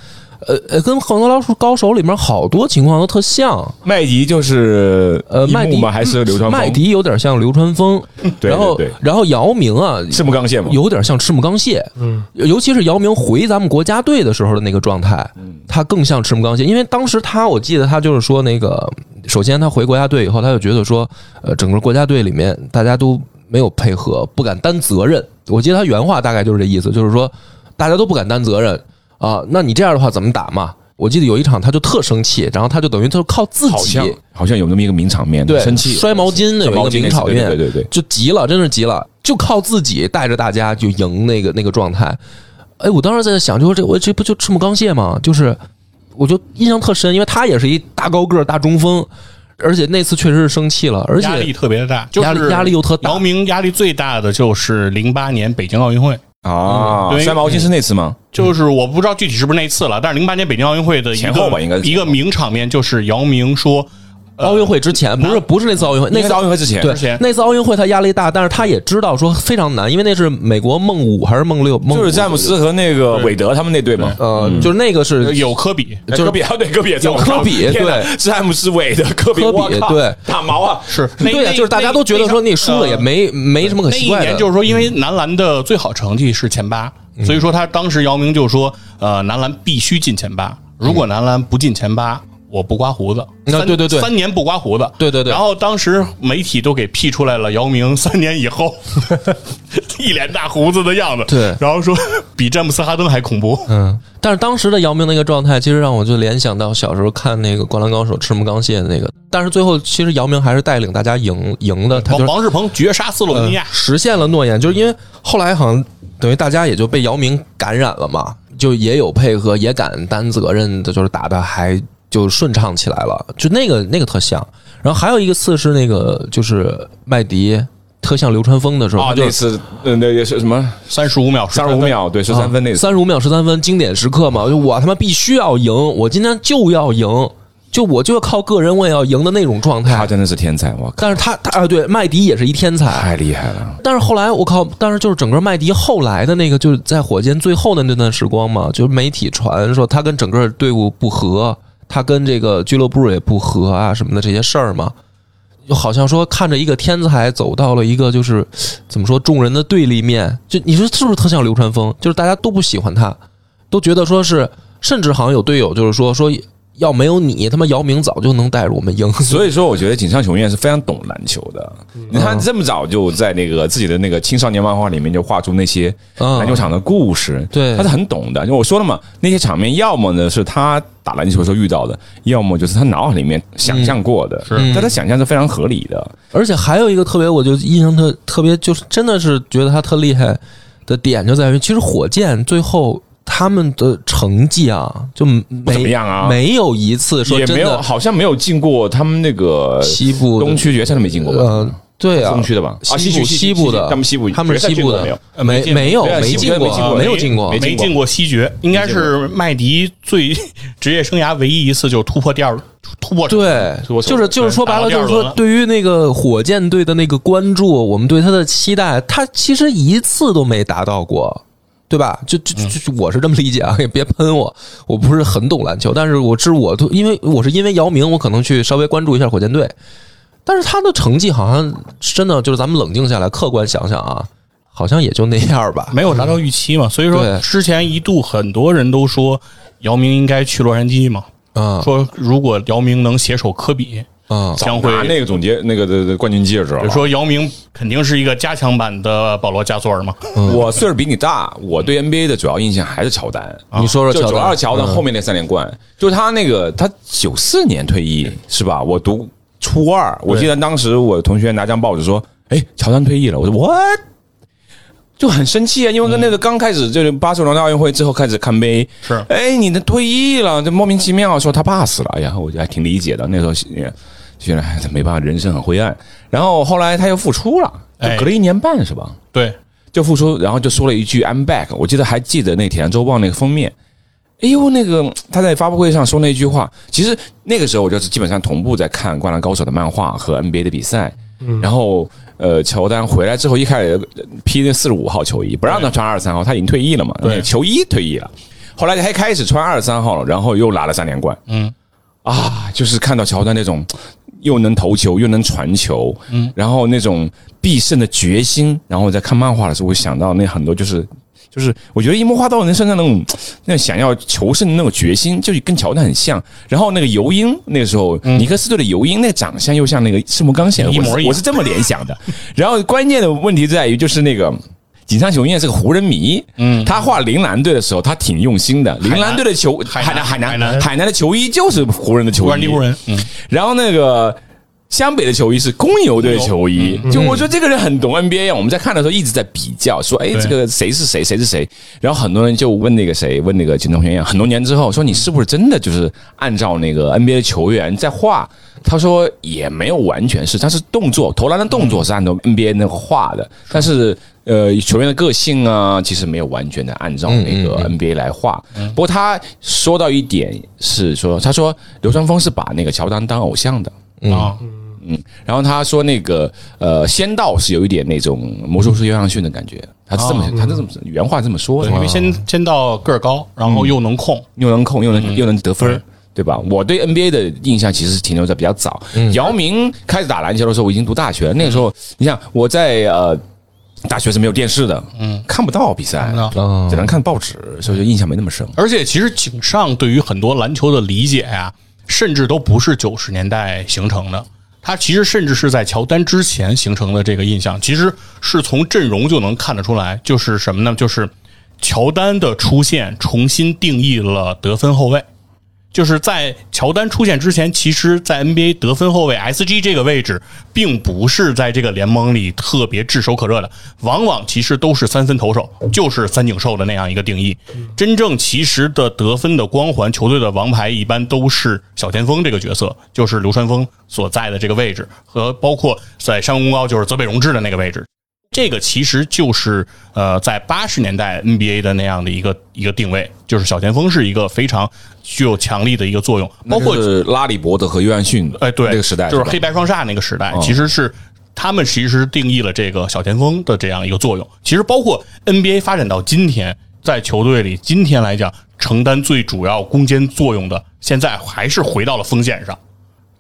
S1: 呃呃，跟《横头老鼠高手》里面好多情况都特像。
S2: 麦迪就是
S1: 呃，
S2: 一
S1: 麦
S2: 木
S1: 迪嗯
S2: 吗？还是流川枫？
S1: 麦迪有点像流川枫，
S2: 对
S1: 然后
S2: 对对
S1: 然后姚明啊，
S2: 赤木刚宪嘛？
S1: 有点像赤木刚宪，
S3: 嗯，
S1: 尤其是姚明回咱们国家队的时候的那个状态，
S2: 嗯
S1: 他更像赤木刚宪，因为当时他我记得他就是说那个，首先他回国家队以后，他就觉得说，呃，整个国家队里面大家都没有配合，不敢担责任。我记得他原话大概就是这意思，就是说大家都不敢担责任啊，那你这样的话怎么打嘛？我记得有一场他就特生气，然后他就等于他就靠自
S2: 好像
S1: 己
S2: 好像有那么一个名场面，
S1: 对
S2: 生气
S1: 摔毛巾的有
S2: 摔
S1: 一
S2: 毛
S1: 个
S2: 巾那
S1: 名
S2: 次
S1: 场面，
S2: 对对对对
S1: 就急了，真是急了，就靠自己带着大家就赢那个那个状态。哎，我当时在想，就说这我这不就赤木刚宪吗？就是我就印象特深，因为他也是一大高个儿大中锋，而且那次确实是生气了，而
S4: 压力
S1: 且
S4: 特别的大，就是
S1: 压力压力又特大
S4: 姚明压力最大的就是零八年北京奥运会，
S2: 啊
S4: 嗯！对
S2: 摔毛巾是那次吗？
S1: 嗯
S4: 就是我不知道具体是不是那次了，但是零八年北京奥运会的一
S2: 前后吧
S4: 个
S2: 应该是
S4: 一个名场面就是姚明说
S1: 奥运会之前
S4: 呃
S1: 不是不是那次奥运会，那
S2: 应该
S1: 次
S2: 是奥运会之前，
S1: 对
S4: 之前
S1: 那次奥运会他压力大，但是他也知道说非常难，因为那是美国梦五还是梦六，梦
S2: 就是
S1: 五
S2: 詹姆斯和那个韦德他们那队嘛。
S1: 呃，就是那个是
S4: 有科比，
S1: 就
S2: 哎
S1: 是
S2: 科比，啊对科比也在
S1: 有
S2: 我靠，
S1: 科比
S2: 天哪
S1: 对
S2: 詹姆斯、韦德、科比，
S1: 科比
S2: 我靠
S1: 对
S2: 打毛啊，
S4: 是那
S1: 对呀、
S4: 那
S1: 就是大家都觉得说你输了也
S4: 呃
S1: 没、没什么可
S4: 那
S1: 奇
S4: 一
S1: 怪
S4: 年
S1: 的，嗯
S4: 就是说，因为男篮的最好成绩是前八，所以说他当时姚明就说，呃，男篮必须进前八，如果男篮不进前八。我不刮胡子，
S1: 嗯那
S4: 三
S1: 对对对
S4: 三年不刮胡子，
S1: 对对对
S4: 然后当时媒体都给 P 出来了，姚明三年 以后一脸大胡子的样子，
S1: 对
S4: 然后说比詹姆斯哈登还恐怖，
S1: 嗯，但是当时的姚明那个状态，其实让我就联想到小时候看那个《灌篮高手》赤木刚宪的那个，但是最后其实姚明还是带领大家赢赢的，他
S4: 王
S1: 就是、
S4: 王志鹏绝杀斯洛文
S1: 呃
S4: 尼亚，
S1: 实现了诺言，就是因为后来好像等于大家也就被姚明感染了嘛，就也有配合，也敢担责任的，就是打的还就顺畅起来了，就那个那个特像。然后还有一个次是那个就是麦迪特像流川枫的时候，
S2: 啊
S1: 他，就
S2: 那次呃那个是 什么
S4: 三十五秒，
S2: 三十五，秒，对，十三分那次，
S1: 三十五秒十三分经典时刻嘛，就我他妈必须要赢，我今天就要赢，就我就要靠个人我也要赢的那种状
S2: 他
S1: 态。
S2: 真的是天才，我靠，
S1: 但是他他啊，对，麦迪也是一天才。
S2: 太厉害了，
S1: 但是后来我靠，但是就是整个麦迪后来的那个，就是在火箭最后的那段时光嘛，就是媒体传说他跟整个队伍不和，他跟这个俱乐部也不和啊什么的这些事儿嘛，就好像说看着一个天才走到了一个就是怎么说众人的对立面，就你说是不是特像流川枫？就是大家都不喜欢他，都觉得说是，甚至好像有队友就是说说要没有你，他妈姚明早就能带着我们赢。
S2: 所以说我觉得井上雄彦是非常懂篮球的，
S1: 嗯
S2: 你看他这么早就在那个自己的那个青少年漫画里面就画出那些
S1: 嗯
S2: 篮球场的故事，
S1: 对
S2: 他是很懂的。就我说了嘛，那些场面要么呢是他打篮球的时候遇到的，要么就是他脑海里面想象过的，
S4: 是
S1: 嗯
S2: 但他想象是非常合理的。
S1: 而且还有一个特别，我就印象特特别，就是真的是觉得他特厉害的点就在于，其实火箭最后他们的成绩啊，就没
S2: 怎么样啊
S1: 没有一次说
S2: 也
S1: 真
S2: 没有，啊
S1: 的
S2: 好像没有进过他们那个
S1: 西部的
S2: 东区决赛都没进过吧
S1: 呃？，对啊，
S2: 东区的吧？啊，
S1: 西
S2: 区
S1: 部
S2: 西
S1: 部的，
S2: 他们西部
S1: 他们
S2: 决
S1: 是
S2: 赛
S1: 西
S2: 进
S1: 部
S2: 过没
S1: 的
S2: 有？，
S1: 没
S4: 没进
S1: 没有
S2: 对啊西部
S1: 进
S2: 没
S1: 过
S2: 进
S1: 啊，
S2: 过
S1: 没有进过
S2: 没，
S4: 呃没进过西决，应该是麦迪最 职业生涯唯一一次就突破第二突破
S1: 对，
S2: 我所
S1: 就是就是说白了，
S4: 打到第
S1: 就
S4: 二
S1: 是说
S4: 轮了
S1: 对于那个火箭队的那个关注，我们对他的期待，他其实一次都没达到过，对吧？就就
S4: 嗯
S1: 就就我是这么理解啊，也别喷我，我不是很懂篮球，但是我知我都因为我是因为姚明，我可能去稍微关注一下火箭队，但是他的成绩好像真的就是咱们冷静下来，客观想想啊，好像也就那样吧。
S4: 没有达到预期
S2: 嗯
S4: 嘛，所以
S1: 对
S4: 说之前一度很多人都说姚明应该去洛杉矶嘛，
S2: 嗯
S1: 啊
S4: 说如果姚明能携手科比，
S1: 啊
S4: 将
S2: 拿
S4: 会
S2: 那个总结那个的的冠军戒指啊了。
S4: 说姚明肯定是一个加强版的保罗加索尔嘛，
S1: 嗯
S2: 我岁数比你大，我对 NBA 的主要印象还是乔丹。
S1: 你说说
S2: 就
S1: 乔
S2: 主
S1: 丹
S2: 要
S4: 嗯
S2: 乔丹后面那三连冠，就是他那个他九四年退役是
S4: 嗯
S2: 吧？我读初二，我记得当时我同学拿张报纸说：“哎，乔丹退役了。”我说：“what？” 就很生气啊，因为跟那个刚开始就是巴塞罗那奥运会之后开始看杯，
S4: 是
S2: 哎，你的退役了，就莫名其妙说他爸死了，哎呀，我就还挺理解的。那时候也觉得哎，没办法，人生很灰暗。然后后来他又复出了，就
S4: 哎
S2: 隔了一年半是吧？
S4: 对，
S2: 就复出，然后就说了一句 “I'm back”。我记得还记得那《铁人周报》那个封面。哎呦，那个他在发布会上说那句话，其实那个时候我就是基本上同步在看《灌篮高手》的漫画和 NBA 的比赛。然后呃，乔丹回来之后，一开始披那四十五号球衣，不让他穿二十三号，他已经退役了嘛，
S4: 对
S2: 球衣退役了。后来他开始穿二十三号了，然后又拿了三连冠。嗯，啊，就是看到乔丹那种又能投球又能传球，嗯，然后那种必胜的决心。然后我在看漫画的时候，我想到那很多就是。就是我觉得樱木花道人身上那种那种想要求胜的那种决心，就跟乔丹很像。然后那个尤因那个时候，尼克斯队的尤因那长相又像那个赤木刚宪，
S4: 嗯一模
S2: 我是
S4: 一样
S2: 我是这么联想的。 然后关键的问题在于，就是那个井上雄彦是个湖人迷，嗯，他画铃兰队的时候，他挺用心的。
S4: 南
S2: 铃兰队的球，
S4: 海
S2: 海
S4: 南
S2: 南海
S4: 海
S2: 南
S4: 南
S2: 海南的球衣就是湖人的球
S4: 突然
S2: 衣
S4: 地，湖人，嗯，
S2: 然后那个湘北的球衣是公牛队的球衣，就我说这个人很懂 NBA 啊。我们在看的时候一直在比较，说哎，
S4: 对
S2: 这个谁是谁，谁是谁。然后很多人就问那个谁，问那个金东玄阳，很多年之后说你是不是真的就是按照那个 NBA 的球员在画？他说也没有完全是，但是动作投篮的动作是按照 NBA 那个画的，但是呃，球员的个性啊，其实没有完全的按照那个 NBA 来画。不过他说到一点是说，他说流川枫是把那个乔丹当偶像的，
S4: 啊，
S2: 然后他说那个呃，仙道是有一点那种魔术师约翰逊的感觉，他是这么、他是这么原话这么说
S4: 哦嗯对
S2: 的，
S4: 因为先先到个儿高，然
S2: 嗯
S4: 后又能控，
S2: 又能控又能、
S4: 嗯
S2: 又能得分儿。对吧？我对 NBA 的印象其实停留在比较早。
S4: 嗯
S2: 姚明开始打篮球的时候，我已经读大学了。那个时候，你想我在呃大学是没有电视的，嗯，看不到比赛，
S4: 看不哦
S1: 到
S2: 只能看报纸，所以就印象没那么深。
S4: 而且其实井上对于很多篮球的理解呀、甚至都不是九十年代形成的。他其实甚至是在乔丹之前形成的这个印象，其实是从阵容就能看得出来，就是什么呢？就是乔丹的出现重新定义了得分后卫。就是在乔丹出现之前，其实，在 NBA 得分后卫 SG 这个位置，并不是在这个联盟里特别炙手可热的，往往其实都是三分投手，就是三井寿的那样一个定义。真正其实的得分的光环，球队的王牌一般都是小前锋这个角色，就是流川枫所在的这个位置，和包括在山宫高就是泽北荣治的那个位置。这个其实就是呃，在八十年代 NBA 的那样的一个一个定位，就是小前锋是一个非常具有强力的一个作用，包括
S2: 那就是拉里伯德和约翰逊，
S4: 哎，对，
S2: 那个时代
S4: 就是
S2: 吧哦
S4: 黑白双煞那个时代，其实是他们其实定义了这个小前锋的这样一个作用。其实包括 NBA 发展到今天，在球队里，今天来讲承担最主要攻坚作用的，现在还是回到了锋线上。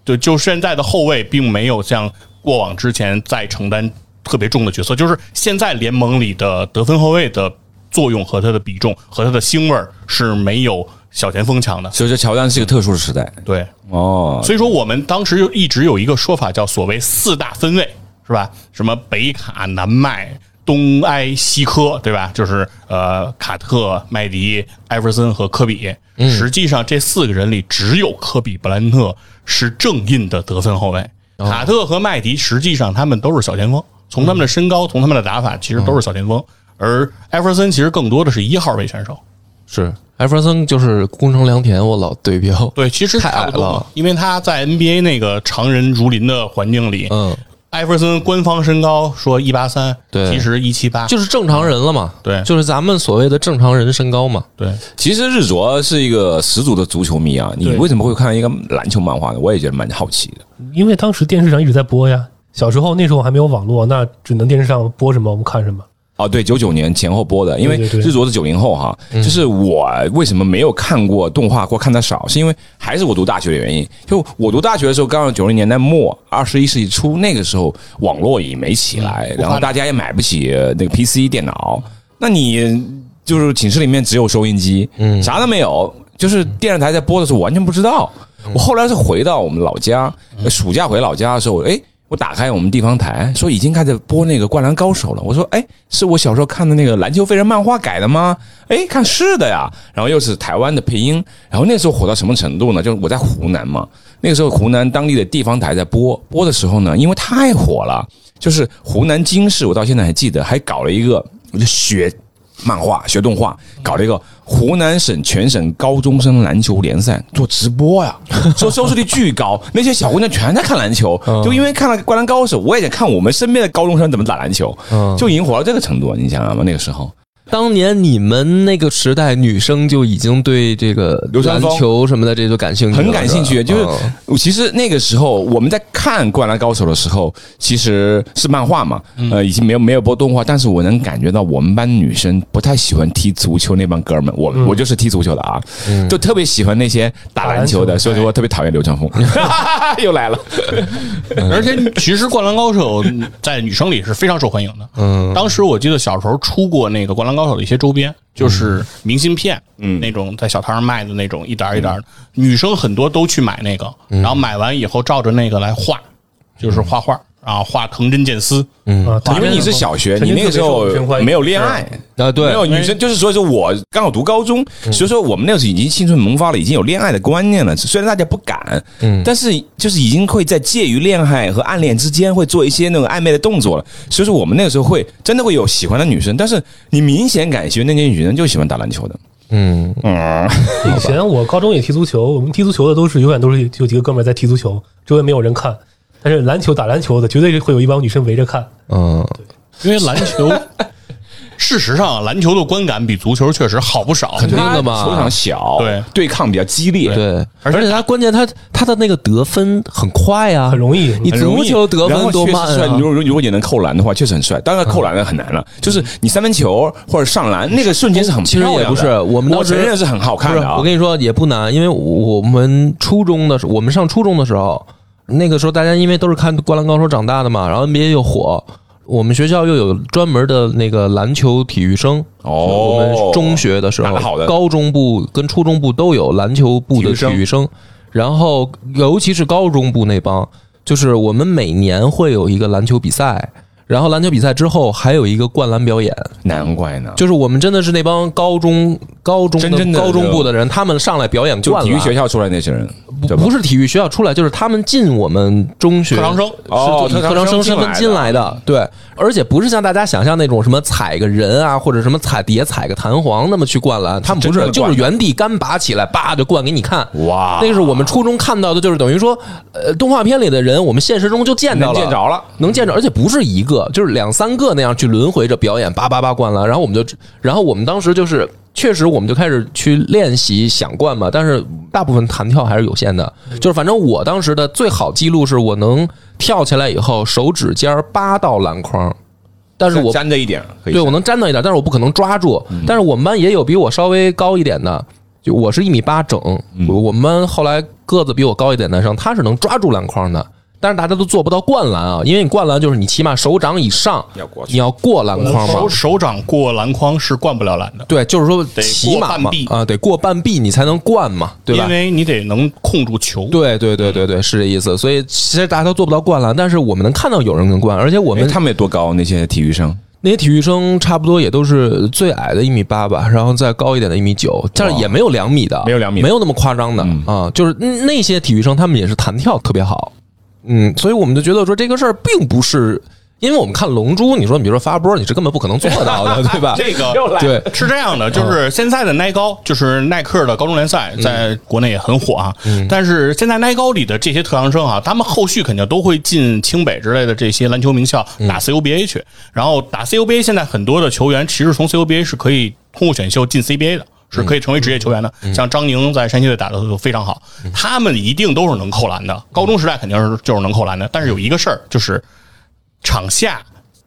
S4: 对，就现在的后卫并没有像过往之前再承担特别重的角色，就是现在联盟里的得分后卫的作用和他的比重和他的腥味儿是没有小前锋强的。
S2: 所以说乔丹是一个特殊的时代
S4: 对，
S2: 哦。
S4: 所以说，我们当时就一直有一个说法，叫所谓四大分位，是吧？什么北卡、南麦、东埃、西科，对吧？就是呃，卡特、麦迪、艾弗森和科比。
S1: 嗯
S4: 实际上，这四个人里，只有科比·布莱恩特是正印的得分后卫，
S1: 哦
S4: 卡特和麦迪实际上他们都是小前锋。从他们的身高，从他们的打法，其实都是小前锋。而艾弗森其实更多的是一号位选手。
S1: 是艾弗森就是宫城良田，我老对标，
S4: 对，其实
S1: 太
S4: 差
S1: 矮
S4: 不多
S1: 了
S4: 嘛，因为他在 NBA 那个常人如林的环境里，
S1: 嗯，
S4: 艾弗森官方身高说一八三，
S1: 对
S4: 其实一七八，
S1: 就是正常人了嘛，
S4: 对
S1: 就是咱们所谓的正常人身高嘛，
S4: 对，
S2: 其实日卓是一个十足的足球迷啊，你
S4: 对
S2: 为什么会看一个篮球漫画呢？我也觉得蛮好奇的。
S3: 因为当时电视上一直在播呀。小时候那时候还没有网络，那只能电视上播什么我们看什么。
S2: 哦，对，九九年前后播的，因为
S3: 对对对
S2: 日卓是九零后哈，就是我为什么没有看过动画或看的少，是因为还是我读大学的原因。就我读大学的时候，刚好九零年代末，二十一世纪初，那个时候网络也没起来，
S4: 嗯
S2: 然后大家也买不起那个 PC 电脑，那你就是寝室里面只有收音机，嗯，啥都没有，就是电视台在播的时候我完全不知道。我后来是回到我们老家，呃暑假回老家的时候，哎，我打开我们地方台，说已经开始播那个《灌篮高手》了。我说，哎，是我小时候看的那个《篮球飞人》漫画改的吗？哎，看是的呀。然后又是台湾的配音。然后那时候火到什么程度呢？就是我在湖南嘛，那个时候湖南当地的地方台在播，播的时候呢，因为太火了，就是湖南经视，我到现在还记得，还搞了一个雪漫画、学动画，搞了一个湖南省全省高中生篮球联赛做直播呀，说收视率巨高，那些小姑娘全在看篮球，就因为看了《灌篮嗯
S1: 嗯
S2: 高手》，我也想看我们身边的高中生怎么打篮球，就已经火到这个程度，你想想吧，那个时候。
S1: 当年你们那个时代，女生就已经对这个
S2: 流川
S1: 篮
S2: 枫
S1: 球什么的这就感兴趣了，
S2: 很感兴趣。
S1: 是吧
S2: 就是
S1: 嗯
S2: 我其实那个时候我们在看《灌篮高手》的时候，其实是漫画嘛，呃，已经没有没有播动画，但是我能感觉到我们班女生不太喜欢踢足球那帮哥们，我我就是踢足球的啊，就特别喜欢那些打篮球的，所以说我特别讨厌流 川枫，又来了。
S1: 嗯
S4: 而且其实《灌篮高手》在女生里是非常受欢迎的。嗯，当时我记得小时候出过那个《灌篮高手》的一些周边，就是明信片，嗯，那种在小摊上卖的那种一沓儿一沓儿的，
S1: 嗯
S4: 女生很多都去买那个，然后买完以后照着那个来画，
S1: 嗯
S4: 就是画画啊，画藤真剑司，嗯，
S3: 啊，
S2: 因为你是小学，
S3: 曾
S2: 你
S3: 经
S2: 那个时候
S3: 特别受女生欢迎
S2: 没有恋爱
S1: 啊对
S2: 没有女生，就是所以说我刚好读高中，所以说我们那时候已经青春萌发了，已经有恋爱的观念了。虽然大家不敢，但是就是已经会在介于恋爱和暗恋之间会做一些那种暧昧的动作了。所以说我们那个时候会真的会有喜欢的女生，但是你明显感觉那些女生就喜欢打篮球的。
S1: 嗯，
S2: 嗯，
S3: 以前我高中也踢足球，我们踢足球的都是永远都是有几个哥们儿在踢足球，周围没有人看。但是篮球打篮球的，绝对是会有一帮女生围着看。
S1: 嗯，
S4: 因为篮 球。事实上，篮球的观感比足球确实好不少。
S1: 肯定的嘛
S2: 球场小，
S4: 对
S2: 对抗比较激烈，
S1: 对，而且他关键他他的那个得分很快啊，
S3: 很容易
S1: 你
S2: 很容
S1: 足
S2: 易
S1: 球得
S2: 然后
S1: 分多
S2: 确实
S1: 慢
S2: 帅
S1: 啊
S2: 如！果如果你能扣篮的话，确实很帅。当然扣篮很难了，就是你三分球或者上篮那个瞬间是很
S1: 其实
S2: 漂亮
S1: 也
S2: 的
S1: 不是，我们
S2: 我
S1: 当时
S2: 承认是很好看
S1: 不
S2: 的
S1: 是
S2: 啊。
S1: 我跟你说也不难，因为我们初中的时候，我们上初中的时候，那个时候大家因为都是看《灌篮高手》长大的嘛，然后 NBA 又火，我们学校又有专门的那个篮球体育生。我
S2: 哦
S1: 们，中学的时
S2: 打
S1: 候，
S2: 得好的
S1: 高中部跟初中部都有篮球部的体
S2: 体
S1: 育
S2: 育
S1: 生，然后尤其是高中部那帮，就是我们每年会有一个篮球比赛，然后篮球比赛之后还有一个灌篮表演，
S2: 难怪呢，
S1: 就是我们真的是那帮高中高中
S2: 真正的
S1: 高中部的人，他们上来表演
S2: 就
S1: 灌
S2: 体育
S1: 篮。
S2: 学校出来那些人，对
S1: 不
S2: 吧
S1: 不是体育学校出来，就是他们进我们中学
S4: 特长生
S2: 哦
S1: 是以
S2: 特长
S1: 特长生
S2: 生
S1: 身份
S2: 进
S1: 进
S2: 来
S1: 来的，对，而且不是像大家想象那种什么踩个人啊，或者什么踩碟踩个弹簧那么去灌篮，他们不
S2: 真
S1: 是，
S2: 的
S1: 就
S2: 灌
S1: 是原地干拔起来，叭就灌给你看。
S2: 哇
S1: 那个是我们初中看到的，就是等于说，呃，动画片里的人，我们现实中就见到
S2: 能
S1: 了，
S2: 见着了。
S1: 能见着，而且不是一个，就是两三个那样去轮回着表演，叭叭叭灌篮。然后我们就，然后我们当时就是，确实我们就开始去练习想灌嘛，但是大部分弹跳还是有限的。就是反正我当时的最好记录是我能跳起来以后手指尖儿扒到篮筐，但是我
S2: 沾着一点，可以
S1: 对我能沾到一点，但是我不可能抓住。
S4: 嗯
S1: 但是我们班也有比我稍微高一点的，就我是一米八整，
S4: 嗯
S1: 我我们班后来个子比我高一点的男生，他是能抓住篮筐的。但是大家都做不到灌篮啊，因为你灌篮就是你起码手掌以上
S2: 要过去
S1: 你要过篮筐嘛
S4: 手，手掌过篮筐是灌不了篮的，
S1: 对，就是说
S4: 得
S1: 起
S4: 过
S1: 码
S4: 半
S1: 嘛
S4: 臂
S1: 啊，得过半臂你才能灌嘛，对吧
S4: 因？为你得能控住球。
S1: 对对对对对，是这意思。所以其实大家都做不到灌篮，但是我们能看到有人能灌，而且我
S2: 我
S4: 哎
S1: 们
S2: 哎们他们有多高？那些体育生，
S1: 那些体育生差不多也都是最矮的一米八吧，然后再高一点的一米九，但是也没有两米的，
S2: 没有两米的
S1: 没有那么夸张的啊、就是那些体育生他们也是弹跳特别好，嗯，所以我们就觉得说这个事儿并不是，因为我们看《龙珠》，你说你比如说发波，你是根本不可能做到 的，对嗯吧？
S4: 这个
S1: 对，
S4: 是这样的，就是现在的耐高，就是耐克的高中联赛，在国内也很火啊。
S1: 嗯
S4: 但是现在耐高里的这些特长生啊，他们后续肯定都会进清北之类的这些篮球名校
S1: 嗯
S4: 打 CUBA 去。然后打 CUBA，现在很多的球员其实从 CUBA 是可以通过选秀进 CBA 的。是
S1: 嗯
S4: 可以成为职业球员的，像张宁在山西队打的就非常好，
S1: 嗯
S4: 他们一定都是能扣篮的。高中时代肯定是就是能扣篮的，但是有一个事儿就是场下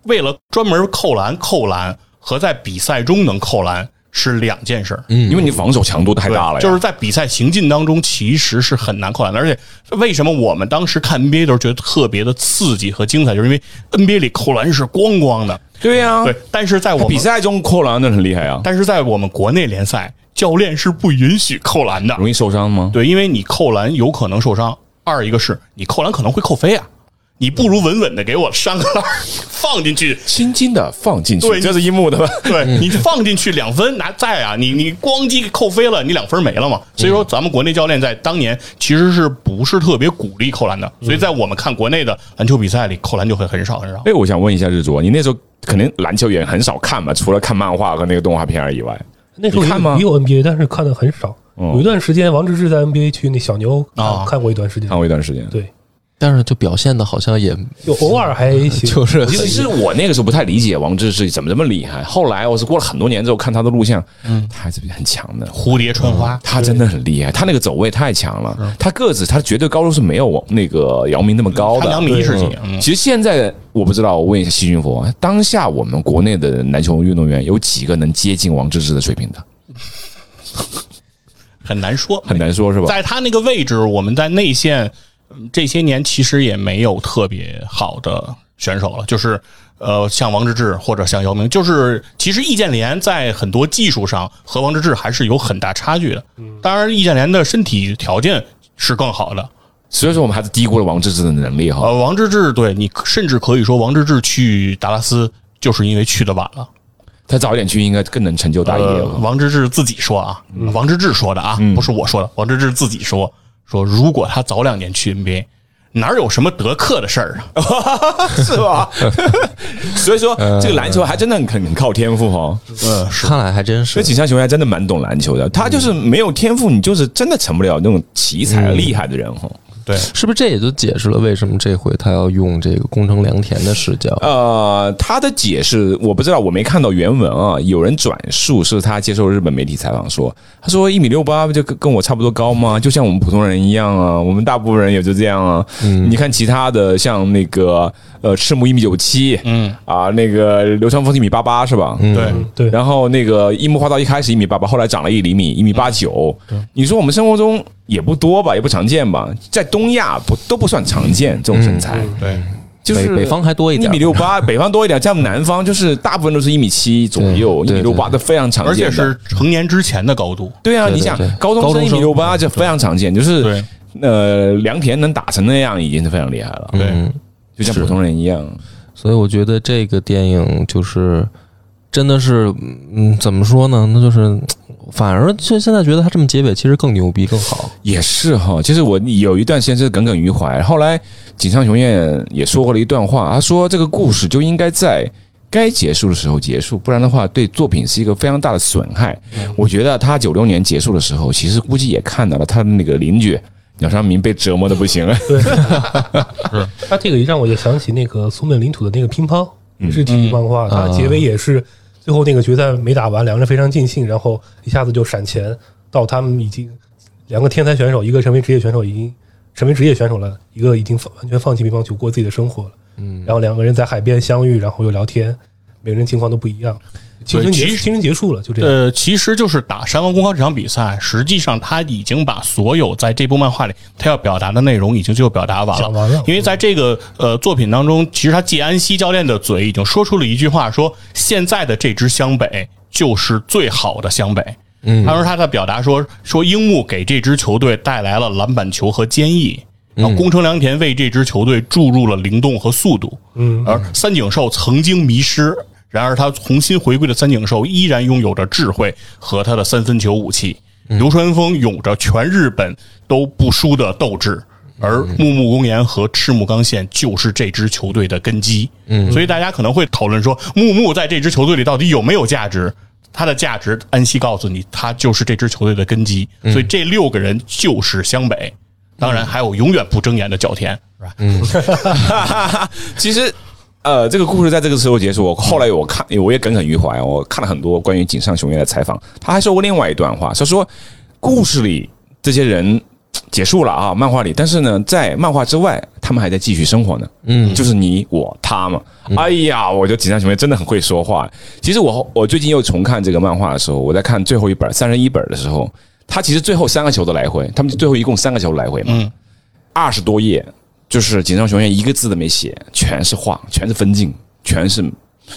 S4: 为了专门扣篮扣篮和在比赛中能扣篮是两件事儿。嗯，
S2: 因为你防守强度太大了呀，
S4: 就是在比赛行进当中，其实是很难扣篮的。而且为什么我们当时看 NBA 的时候觉得特别的刺激和精彩，就是因为 NBA 里扣篮是咣咣的。
S2: 对呀，
S4: 对，但是在我
S2: 嗯
S4: 们
S2: 比，赛中扣篮那很厉害啊，
S4: 但是在我们国内联赛，教练是不允许扣篮的。
S2: 容易受伤吗？
S4: 对，因为你扣篮有可能受伤，二一个是你扣篮可能会扣飞啊。你不如稳稳的给我上个篮儿，放进去
S2: 轻轻的放进去，
S4: 对
S2: 这是樱木 的吧？
S4: 对你放进去两分拿在啊，你你咣叽扣飞了，你两分没了嘛。所以说，咱们国内教练在当年其实是不是特别鼓励扣篮的？所以在我们看国内的篮球比赛里，扣篮就会很少很少。
S2: 哎，我想问一下日卓，你那时候肯定篮球也很少看吧？除了看漫画和那个动画片儿以外，
S3: 那时候
S2: 你看吗
S3: 也有 NBA，但是看的很少。
S2: 嗯
S3: 有一段时间，王治郅在 NBA 去那小牛啊
S4: 啊
S3: 看过一段时
S2: 哦
S3: 间
S2: 看。过一段时间。
S3: 对，
S1: 但是就表现的好像也
S3: 就偶尔还 行。
S1: 就是
S2: 其实我那个时候不太理解王治是怎么这么厉害，后来我是过了很多年之后看他的录像，
S4: 嗯
S2: 他还是很强的。
S4: 蝴蝶穿花，
S2: 他真的很厉害，他那个走位太强
S4: 嗯
S2: 了，他个子他绝对高度是没有我那个姚明那么高
S4: 他
S2: 的，
S4: 两米一十几，嗯
S2: 其实现在我不知道，我问一下细菌佛，当下我们国内的篮球运动员有几个能接近王治郅的水平的？
S4: 很难说，
S2: 很难说是吧？
S4: 在他那个位置，我们在内线嗯这些年其实也没有特别好的选手了，就是呃，像王治郅或者像姚明，就是其实易建联在很多技术上和王治郅还是有很大差距的。当然，易建联的身体条件是更好的。
S2: 所以说我们还是低估了王治郅的能力哈。
S4: 呃，王治郅对你甚至可以说，王治郅去达拉斯就是因为去的晚了。
S2: 他早一点去应该更能成就大业
S4: 呃，
S2: 了。嗯
S4: 王治郅自己说啊，王治郅说的啊，不是我说的，王治郅自己说说，如果他早两年去 NBA，哪有什么得克的事儿
S2: 呃
S4: 啊？
S2: 是吧？所以说这个篮球还真的很很靠天赋哈。
S4: 嗯，是
S1: 看来还真
S2: 所
S1: 是
S2: 以。井上雄还真的蛮懂篮球的，他就是没有天赋，你就是真的成不了那种奇才厉害的人哦哈。
S4: 对，
S1: 是不是这也就解释了为什么这回他要用这个宫城良田的视角？
S2: 呃，他的解释我不知道，我没看到原文啊。有人转述是他接受日本媒体采访说，他说一米六八不就跟跟我差不多高吗？就像我们普通人一样啊，我们大部分人也就这样啊。你看其他的像那个呃赤木一米九七，嗯啊那个流川枫是一米八八是吧？嗯。
S4: 对，
S3: 对，
S2: 然后那个樱木花道一开始一米八八，后来长了一厘米，一米八九。你说我们生活中也不多吧，也不常见吧，在东亚不都不算常见这种身材。
S1: 嗯
S4: 对，
S2: 就是
S1: 北北方还多一点
S2: 一米六 八，北方多一点，像南方就是大部分都是一米七左右，一
S1: 对
S2: 米六八的非常常
S4: 而
S2: 见的，
S4: 且是成年之前的高度，
S2: 对啊，
S1: 对
S2: 你
S1: 对
S2: 想
S1: 对
S2: 高中
S1: 高中
S2: 生一米
S1: 生
S2: 六八就非常常见，就是
S4: 对
S2: 呃良田能打成那样已经是非常厉害
S1: 嗯
S2: 了，
S4: 对，
S2: 就像普通人一样，
S1: 所以我觉得这个电影就是真的是，嗯，怎么说呢？那就是嗯反而就现在觉得他这么结尾其实更牛逼更好。
S2: 也是哈。其实我有一段时间是耿耿于怀，后来井上雄彦也说过了一段话，他说这个故事就应该在。该结束的时候结束，不然的话对作品是一个非常大的损害。我觉得他九六年结束的时候，其实估计也看到了他的那个邻居 鸟山明被折磨的不行了。
S3: 他这个让我也想起那个松本领土的那个乒乓，
S4: 嗯
S3: 也是体育漫画，他结尾也是最后那个决赛没打完，两个人非常尽兴，然后一下子就闪前到他们已经两个天才选手，一个成为职业选手，已经成为职业选手了，一个已经放完全放弃乒乓球过自己的生活了。嗯，然后两个人在海边相遇，然后又聊天，每个人情况都不一样，青春结
S4: 其实
S3: 青春结束了，就这样。
S4: 呃，其实就是打山王工考这场比赛，实际上他已经把所有在这部漫画里他要表达的内容已经就表达完了。
S3: 讲完了
S4: 因为在这个呃作品当中，其实他季安西教练的嘴已经说出了一句话，说现在的这支湘北就是最好的湘北。嗯，他说他在表达说说樱木给这支球队带来了篮板球和坚毅。然后
S3: 嗯
S4: 宫城良田为这支球队注入了灵动和速度，嗯，而三井寿曾经迷失，然而他重新回归的三井寿依然拥有着智慧和他的三分球武器。流川枫有着全日本都不输的斗志，而木木公彦和赤木刚宪就是这支球队的根基。嗯，所以大家可能会讨论说，木木在这支球队里到底有没有价值？他的价值，安西告诉你，他就是这支球队的根基。所以这六个人就是湘北，当然还有永远不睁眼的角田，是吧？
S2: 其实，呃，这个故事在这个时候结束。我后来我看，我也耿耿于怀。我看了很多关于井上雄彦的采访，他还说过另外一段话，他说故事里这些人结束了啊，漫画里，但是呢，在漫画之外，他们还在继续生活呢。嗯，就是你我他嘛。哎呀，我觉得井上雄彦真的很会说话。其实我我最近又重看这个漫画的时候，我在看最后一本三十一本的时候，他其实最后三个球的来回，他们最后一共三个球来回嘛。二十多页，就是井上雄彦一个字都没写，全是画，全是分镜，全是，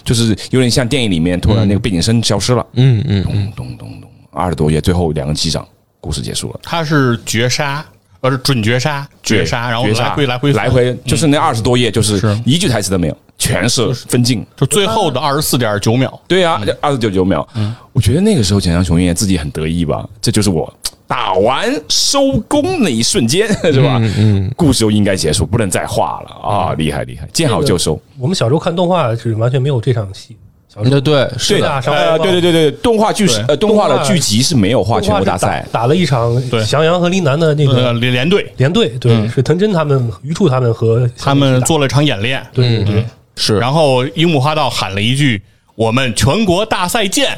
S2: 就是有点像电影里面突然那个背景声消失了，
S1: 嗯嗯，
S2: 咚咚咚咚，二十多页，最后两个机长，故事结束了。
S4: 他是绝杀，呃，是准绝杀，绝杀，然后
S2: 绝
S4: 来回来回
S2: 来回，就是那二十多页，就是一句台词都没有，全是分镜。
S4: 就嗯最后的二十四点九秒。
S2: 对啊，二十九九秒。
S4: 嗯
S2: 我觉得那个时候井上雄彦自己很得意吧，这就是我打完收工那一瞬间， 是吧？
S4: 嗯
S2: 故事就应该结束，不能再画了啊！厉害厉害，见好就收。
S3: 我们小时候看动画是完全没有这场戏，小时候
S1: 对对是
S3: 对
S1: 的，
S3: 大伤
S2: 呃，
S3: 害
S2: 对对对对，动画剧
S4: 对
S2: 呃动画的剧集是没有画全国大
S3: 动画
S2: 赛
S3: 是打打了一场
S4: 对
S3: 翔阳和林楠的那
S4: 呃，
S3: 个
S4: 连连队
S3: 联队，对，是藤真他们、余处他们和
S4: 嗯他们做了嗯场演练，
S3: 对对对，
S2: 是，
S4: 然后樱木花道喊了一句：“我们全国大赛见。”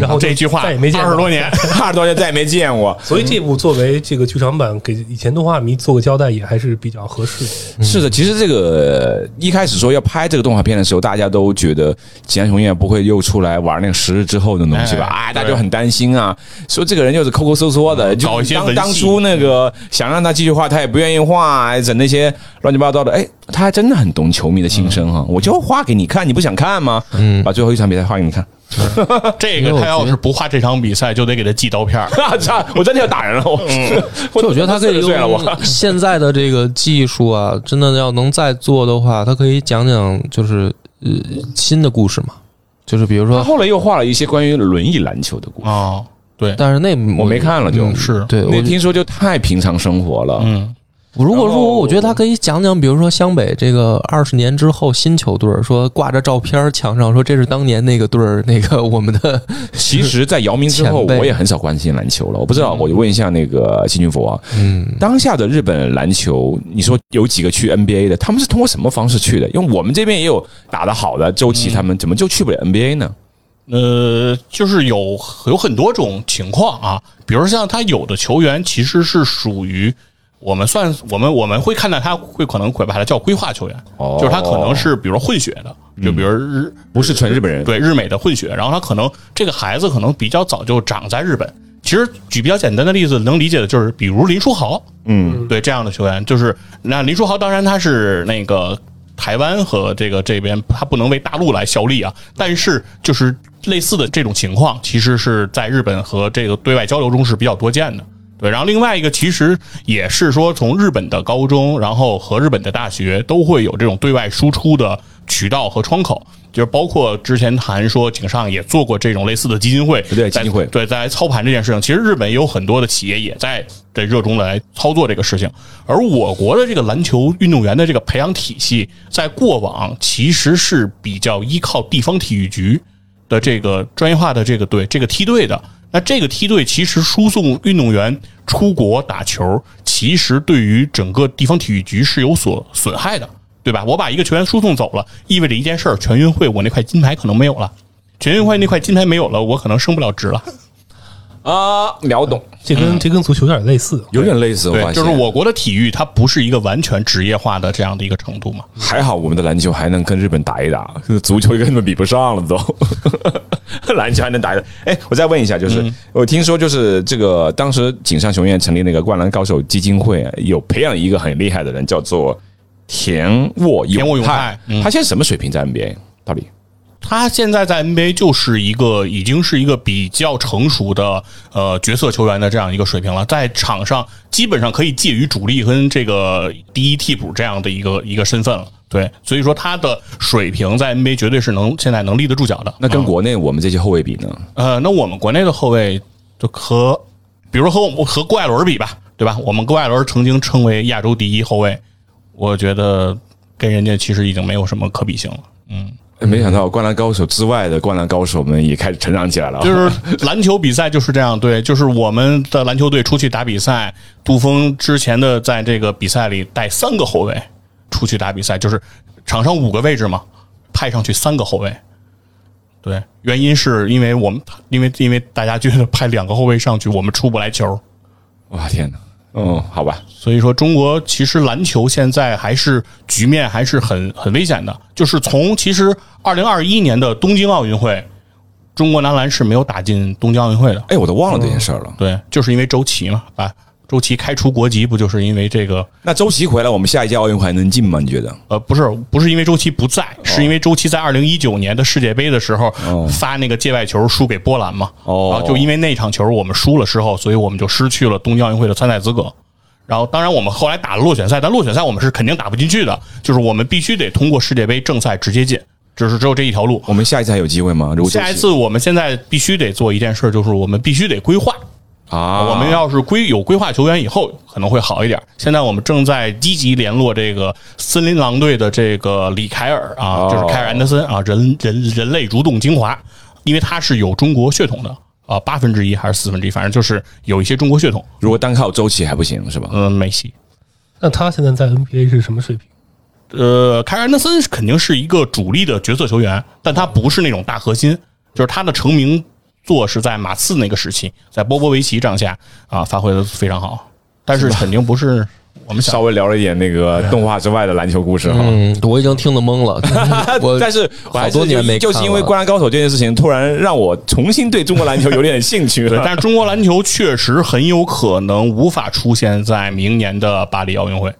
S3: 然后就
S4: 嗯这句话
S3: 再也没见
S4: 二
S3: 过
S4: 十多 年，
S2: 二十多年再也没见过。
S3: 所以这部作为这个剧场版给以前动画迷做个交代，也还是比较合适 的。
S2: 是的，其实这个一开始说要拍这个动画片的时候，大家都觉得吉安雄彦不会又出来玩那个十日之后的东西吧？
S4: 哎
S2: 哎，大嗯家
S4: 对
S2: 就很担心啊，说这个人就是抠抠搜搜的，就
S4: 搞一些
S2: 当
S4: 文戏
S2: 当初那个想让他继续画，他也不愿意画，哎整那些乱七八糟的。哎，他还真的很懂球迷的心声哈、我就画给你看，你不想看吗？嗯，把最后一场比赛画给你看。
S4: 这个他要是不画这场比赛，就得给他寄刀片儿。
S2: 啊，操！ 我真的要打人了， 我。
S1: 就我觉得他可以
S2: 40岁嗯了，我
S1: 用现在的这个技术啊，真的要能再做的话，他可以讲讲就是呃新的故事嘛，就是比如
S2: 他
S1: 说，
S2: 后来又画了一些关于轮椅篮球的故事，
S4: 哦，对，
S1: 但是那
S2: 我没看了就，
S4: 是，
S1: 对，
S2: 那
S1: 我
S2: 听说嗯就太平常生活了。
S4: 嗯，
S1: 如果说
S2: 然后
S1: 我，我觉得他可以讲讲，比如说湘北这个二十年之后新球队儿，说挂着照片儿墙上说这是当年那个队儿，那个 我们的
S2: 其实，在姚明之后，
S1: 前辈
S2: 我也很少关心篮球了。我不知道，我就问一下那个细菌佛王，嗯，当下的日本篮球，你说有几个去 NBA 的？他们是通过什么方式去的？因为我们这边也有打得好的周琦，他们怎么就去不了 NBA 呢？
S4: 呃，就是有有很多种情况啊，比如像他有的球员其实是属于我们算我们我们会看待他会可能会把他叫规划球员，
S2: 哦
S4: 就是他可能是比如说混血的，就比如日
S2: 不是纯日本人，
S4: 对日美的混血，然后他可能这个孩子可能比较早就长在日本。其实举比较简单的例子，能理解的就是，比如林书豪，嗯，对这样的球员，就是那林书豪，当然他是那个台湾和这个这边，他不能为大陆来效力啊，但是就是类似的这种情况，其实是在日本和这个对外交流中是比较多见的。对，然后另外一个其实也是说，从日本的高中，然后和日本的大学都会有这种对外输出的渠道和窗口，就是包括之前谈说井上也做过这种类似的基金会，
S2: 对基金会
S4: 在对，在操盘这件事情，其实日本也有很多的企业也在这热衷地来操作这个事情，而我国的这个篮球运动员的这个培养体系，在过往其实是比较依靠地方体育局的这个专业化的这个队，这个梯队的。那这个梯队其实输送运动员出国打球，其实对于整个地方体育局是有所损害的，对吧？我把一个球员输送走了，意味着一件事儿：全运会我那块金牌可能没有了，全运会那块金牌没有了，我可能升不了职了。
S2: 啊，秒懂，
S3: 这
S4: 嗯
S3: 跟这跟足球有点类似，
S2: 有点类似，我
S4: 对
S2: 发，现。
S4: 就是我国的体育它不是一个完全职业化的这样的一个程度嘛。
S2: 还好我们的篮球还能跟日本打一打，足球根本比不上了都。 篮球还能打一打。哎，我再问一下，就是、
S4: 嗯
S2: 我听说就是这个当时井上雄彦成立那个灌篮高手基金会，有培养一个很厉害的人，叫做田沃
S4: 田沃
S2: 永
S4: 永泰嗯
S2: 他现在什么水平在 NBA？到底
S4: 他现在在 NBA 就是一个已经是一个比较成熟的呃角色球员的这样一个水平了，在场上基本上可以介于主力跟这个第一替补这样的一个一个身份了。对，所以说他的水平在 NBA 绝对是能现在能立得住脚的。
S2: 那跟国内我们这些后卫比呢？
S4: 呃，那我们国内的后卫就和，比如说和我们和郭艾伦比吧，对吧？我们郭艾伦曾经称为亚洲第一后卫，我觉得跟人家其实已经没有什么可比性了。嗯
S2: 没想到灌篮高手之外的灌篮高手们也开始成长起来了。
S4: 就是篮球比赛就是这样，对，就是我们的篮球队出去打比赛，杜峰之前的在这个比赛里带三个后卫出去打比赛，就是场上五个位置嘛，派上去三个后卫。对，原因是因为我们因为因为大家觉得派两个后卫上去，我们出不来球。
S2: 哇天哪！嗯，好吧，
S4: 所以说，中国其实篮球现在还是局面还是很很危险的。就是从其实二零二一年的东京奥运会，中国男篮是没有打进东京奥运会的。
S2: 哎，我都忘了这件事儿了。
S4: 对，就是因为周琦嘛，把周琦开除国籍，不就是因为这个？
S2: 那周琦回来，我们下一届奥运会还能进吗？你觉得？
S4: 呃，不是，不是因为周琦不在，是因为周琦在二零一九年的世界杯的时候、
S2: 哦
S4: 发那个界外球输给波兰嘛，
S2: 哦
S4: 然后就因为那场球我们输了之后，所以我们就失去了东京奥运会的参赛资格。然后，当然我们后来打了落选赛，但落选赛我们是肯定打不进去的，就是我们必须得通过世界杯正赛直接进，就是只有这一条路。
S2: 我们下一次还有机会吗？如果周琦
S4: 下一次我们现在必须得做一件事，就是我们必须得规划。
S2: 啊，
S4: 我们要是规有规划球员以后可能会好一点。现在我们正在积极联络这个森林狼队的这个李凯尔啊，
S2: 哦
S4: 就是凯尔安德森啊，人人人类蠕动精华，因为他是有中国血统的啊，八分之一还是四分之一，反正就是有一些中国血统。
S2: 如果单靠周琦还不行是吧？
S4: 嗯，梅西，
S3: 那他现在在 NBA 是什么水平？
S4: 呃，凯尔安德森是肯定是一个主力的角色球员，但他不是那种大核心，就是他的成名作是在马刺那个时期，在波波维奇帐下啊发挥的非常好，但是肯定不是我们想
S2: 稍微聊了一点那个动画之外的篮球故事哈。
S1: 嗯， 我已经听得懵 了。我
S2: 但是我还
S1: 好多
S2: 是就
S1: 年没看
S2: 就
S1: 了
S2: 是因为《灌篮高手》这件事情，突然让我重新对中国篮球有点兴趣
S4: 对，
S2: 了。？
S4: 但是中国篮球确实很有可能无法出现在明年的巴黎奥运会，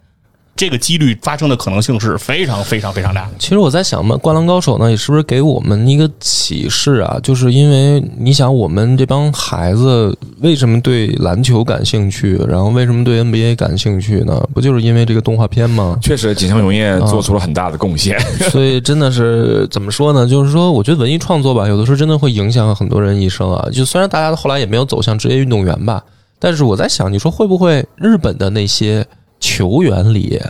S4: 这个几率发生的可能性是非常非常非常大的。
S1: 其实我在想嘛，《灌篮高手》呢，也是不是给我们一个启示啊？就是因为你想，我们这帮孩子为什么对篮球感兴趣，然后为什么对 NBA 感兴趣呢？不就是因为这个动画片吗
S2: 确实，井上雄彦做出了很大的贡献。
S1: 所以真的是怎么说呢？就是说，我觉得文艺创作吧，有的时候真的会影响很多人一生啊。就虽然大家后来也没有走向职业运动员吧，但是我在想，你说会不会日本的那些球员里？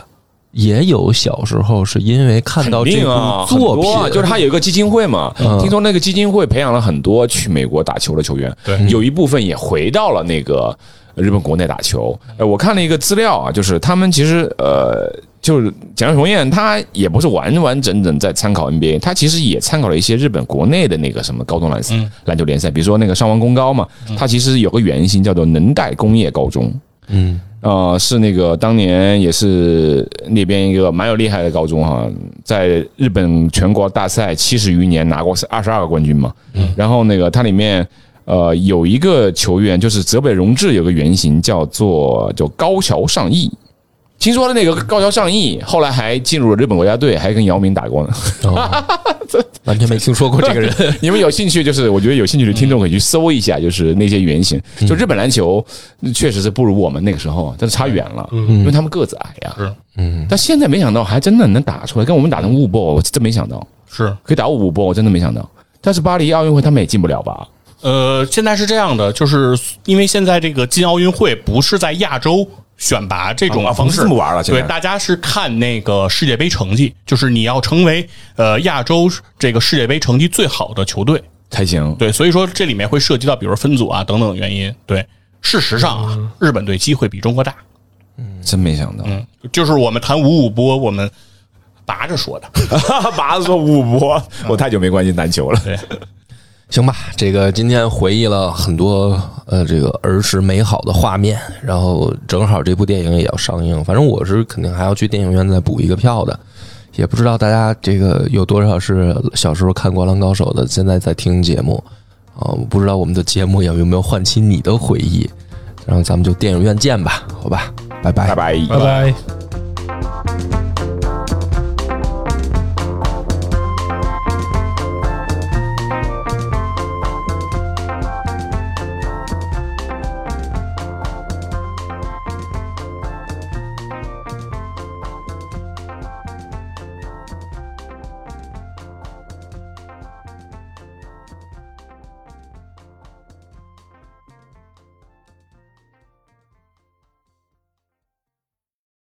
S1: 也有小时候是因为看到这
S2: 肯定
S1: 部
S2: 啊，很
S1: 作
S2: 多
S1: 品，嗯
S2: 啊就是他有一个基金会嘛，听说那个基金会培养了很多去美国打球的球员，
S4: 对
S2: 有一部分也回到了那个日本国内打球。呃，我看了一个资料啊，就是他们其实呃。就是蒋雄彦，他也不是完完整整在参考 NBA，他其实也参考了一些日本国内的那个什么高中篮赛、篮球联赛，比如说那个上王工高嘛，他其实有个原型叫做能代工业高中，
S1: 嗯，
S2: 呃，是那个当年也是那边一个蛮有厉害的高中哈，在日本全国大赛七十余年拿过二十二个冠军嘛。然后那个它里面呃有一个球员就是泽北荣治有个原型叫做叫高桥尚义，听说的那个高桥尚义后来还进入了日本国家队，还跟姚明打过呢。
S1: 哦、完全没听说过这个人。
S2: 你们有兴趣，就是我觉得有兴趣的听众可以去搜一下，就是那些原型。就日本篮球确实是不如我们那个时候，但是差远了，因为他们个子矮呀、
S4: 是
S1: 嗯，
S2: 但现在没想到还真的能打出来，跟我们打成五波，我真没想到
S4: 是，
S2: 可以打五波，我真的没想到。但是巴黎奥运会他们也进不了吧？
S4: 呃，现在是这样的，就是因为现在这个进奥运会不是在亚洲选拔这种
S2: 啊
S4: 方式，
S2: 不是这么玩了现在
S4: 对，大家是看那个世界杯成绩，就是你要成为呃亚洲这个世界杯成绩最好的球队，
S2: 才行。
S4: 对，所以说这里面会涉及到比如分组啊等等原因。对，事实上
S2: 嗯
S4: 啊，日本队机会比中国大。
S2: 真没想到。
S4: 嗯，就是我们谈五五波，我们拔着说的。
S2: 拔子说五波，我太久没关心篮球了。
S1: 行吧，这个今天回忆了很多呃，这个儿时美好的画面，然后正好这部电影也要上映，反正我是肯定还要去电影院再补一个票的。也不知道大家这个有多少是小时候看《灌篮高手》的，现在在听节目啊、我不知道我们的节目有没有唤起你的回忆，然后咱们就电影院见吧，好吧，拜拜
S2: 拜拜。
S3: 拜拜。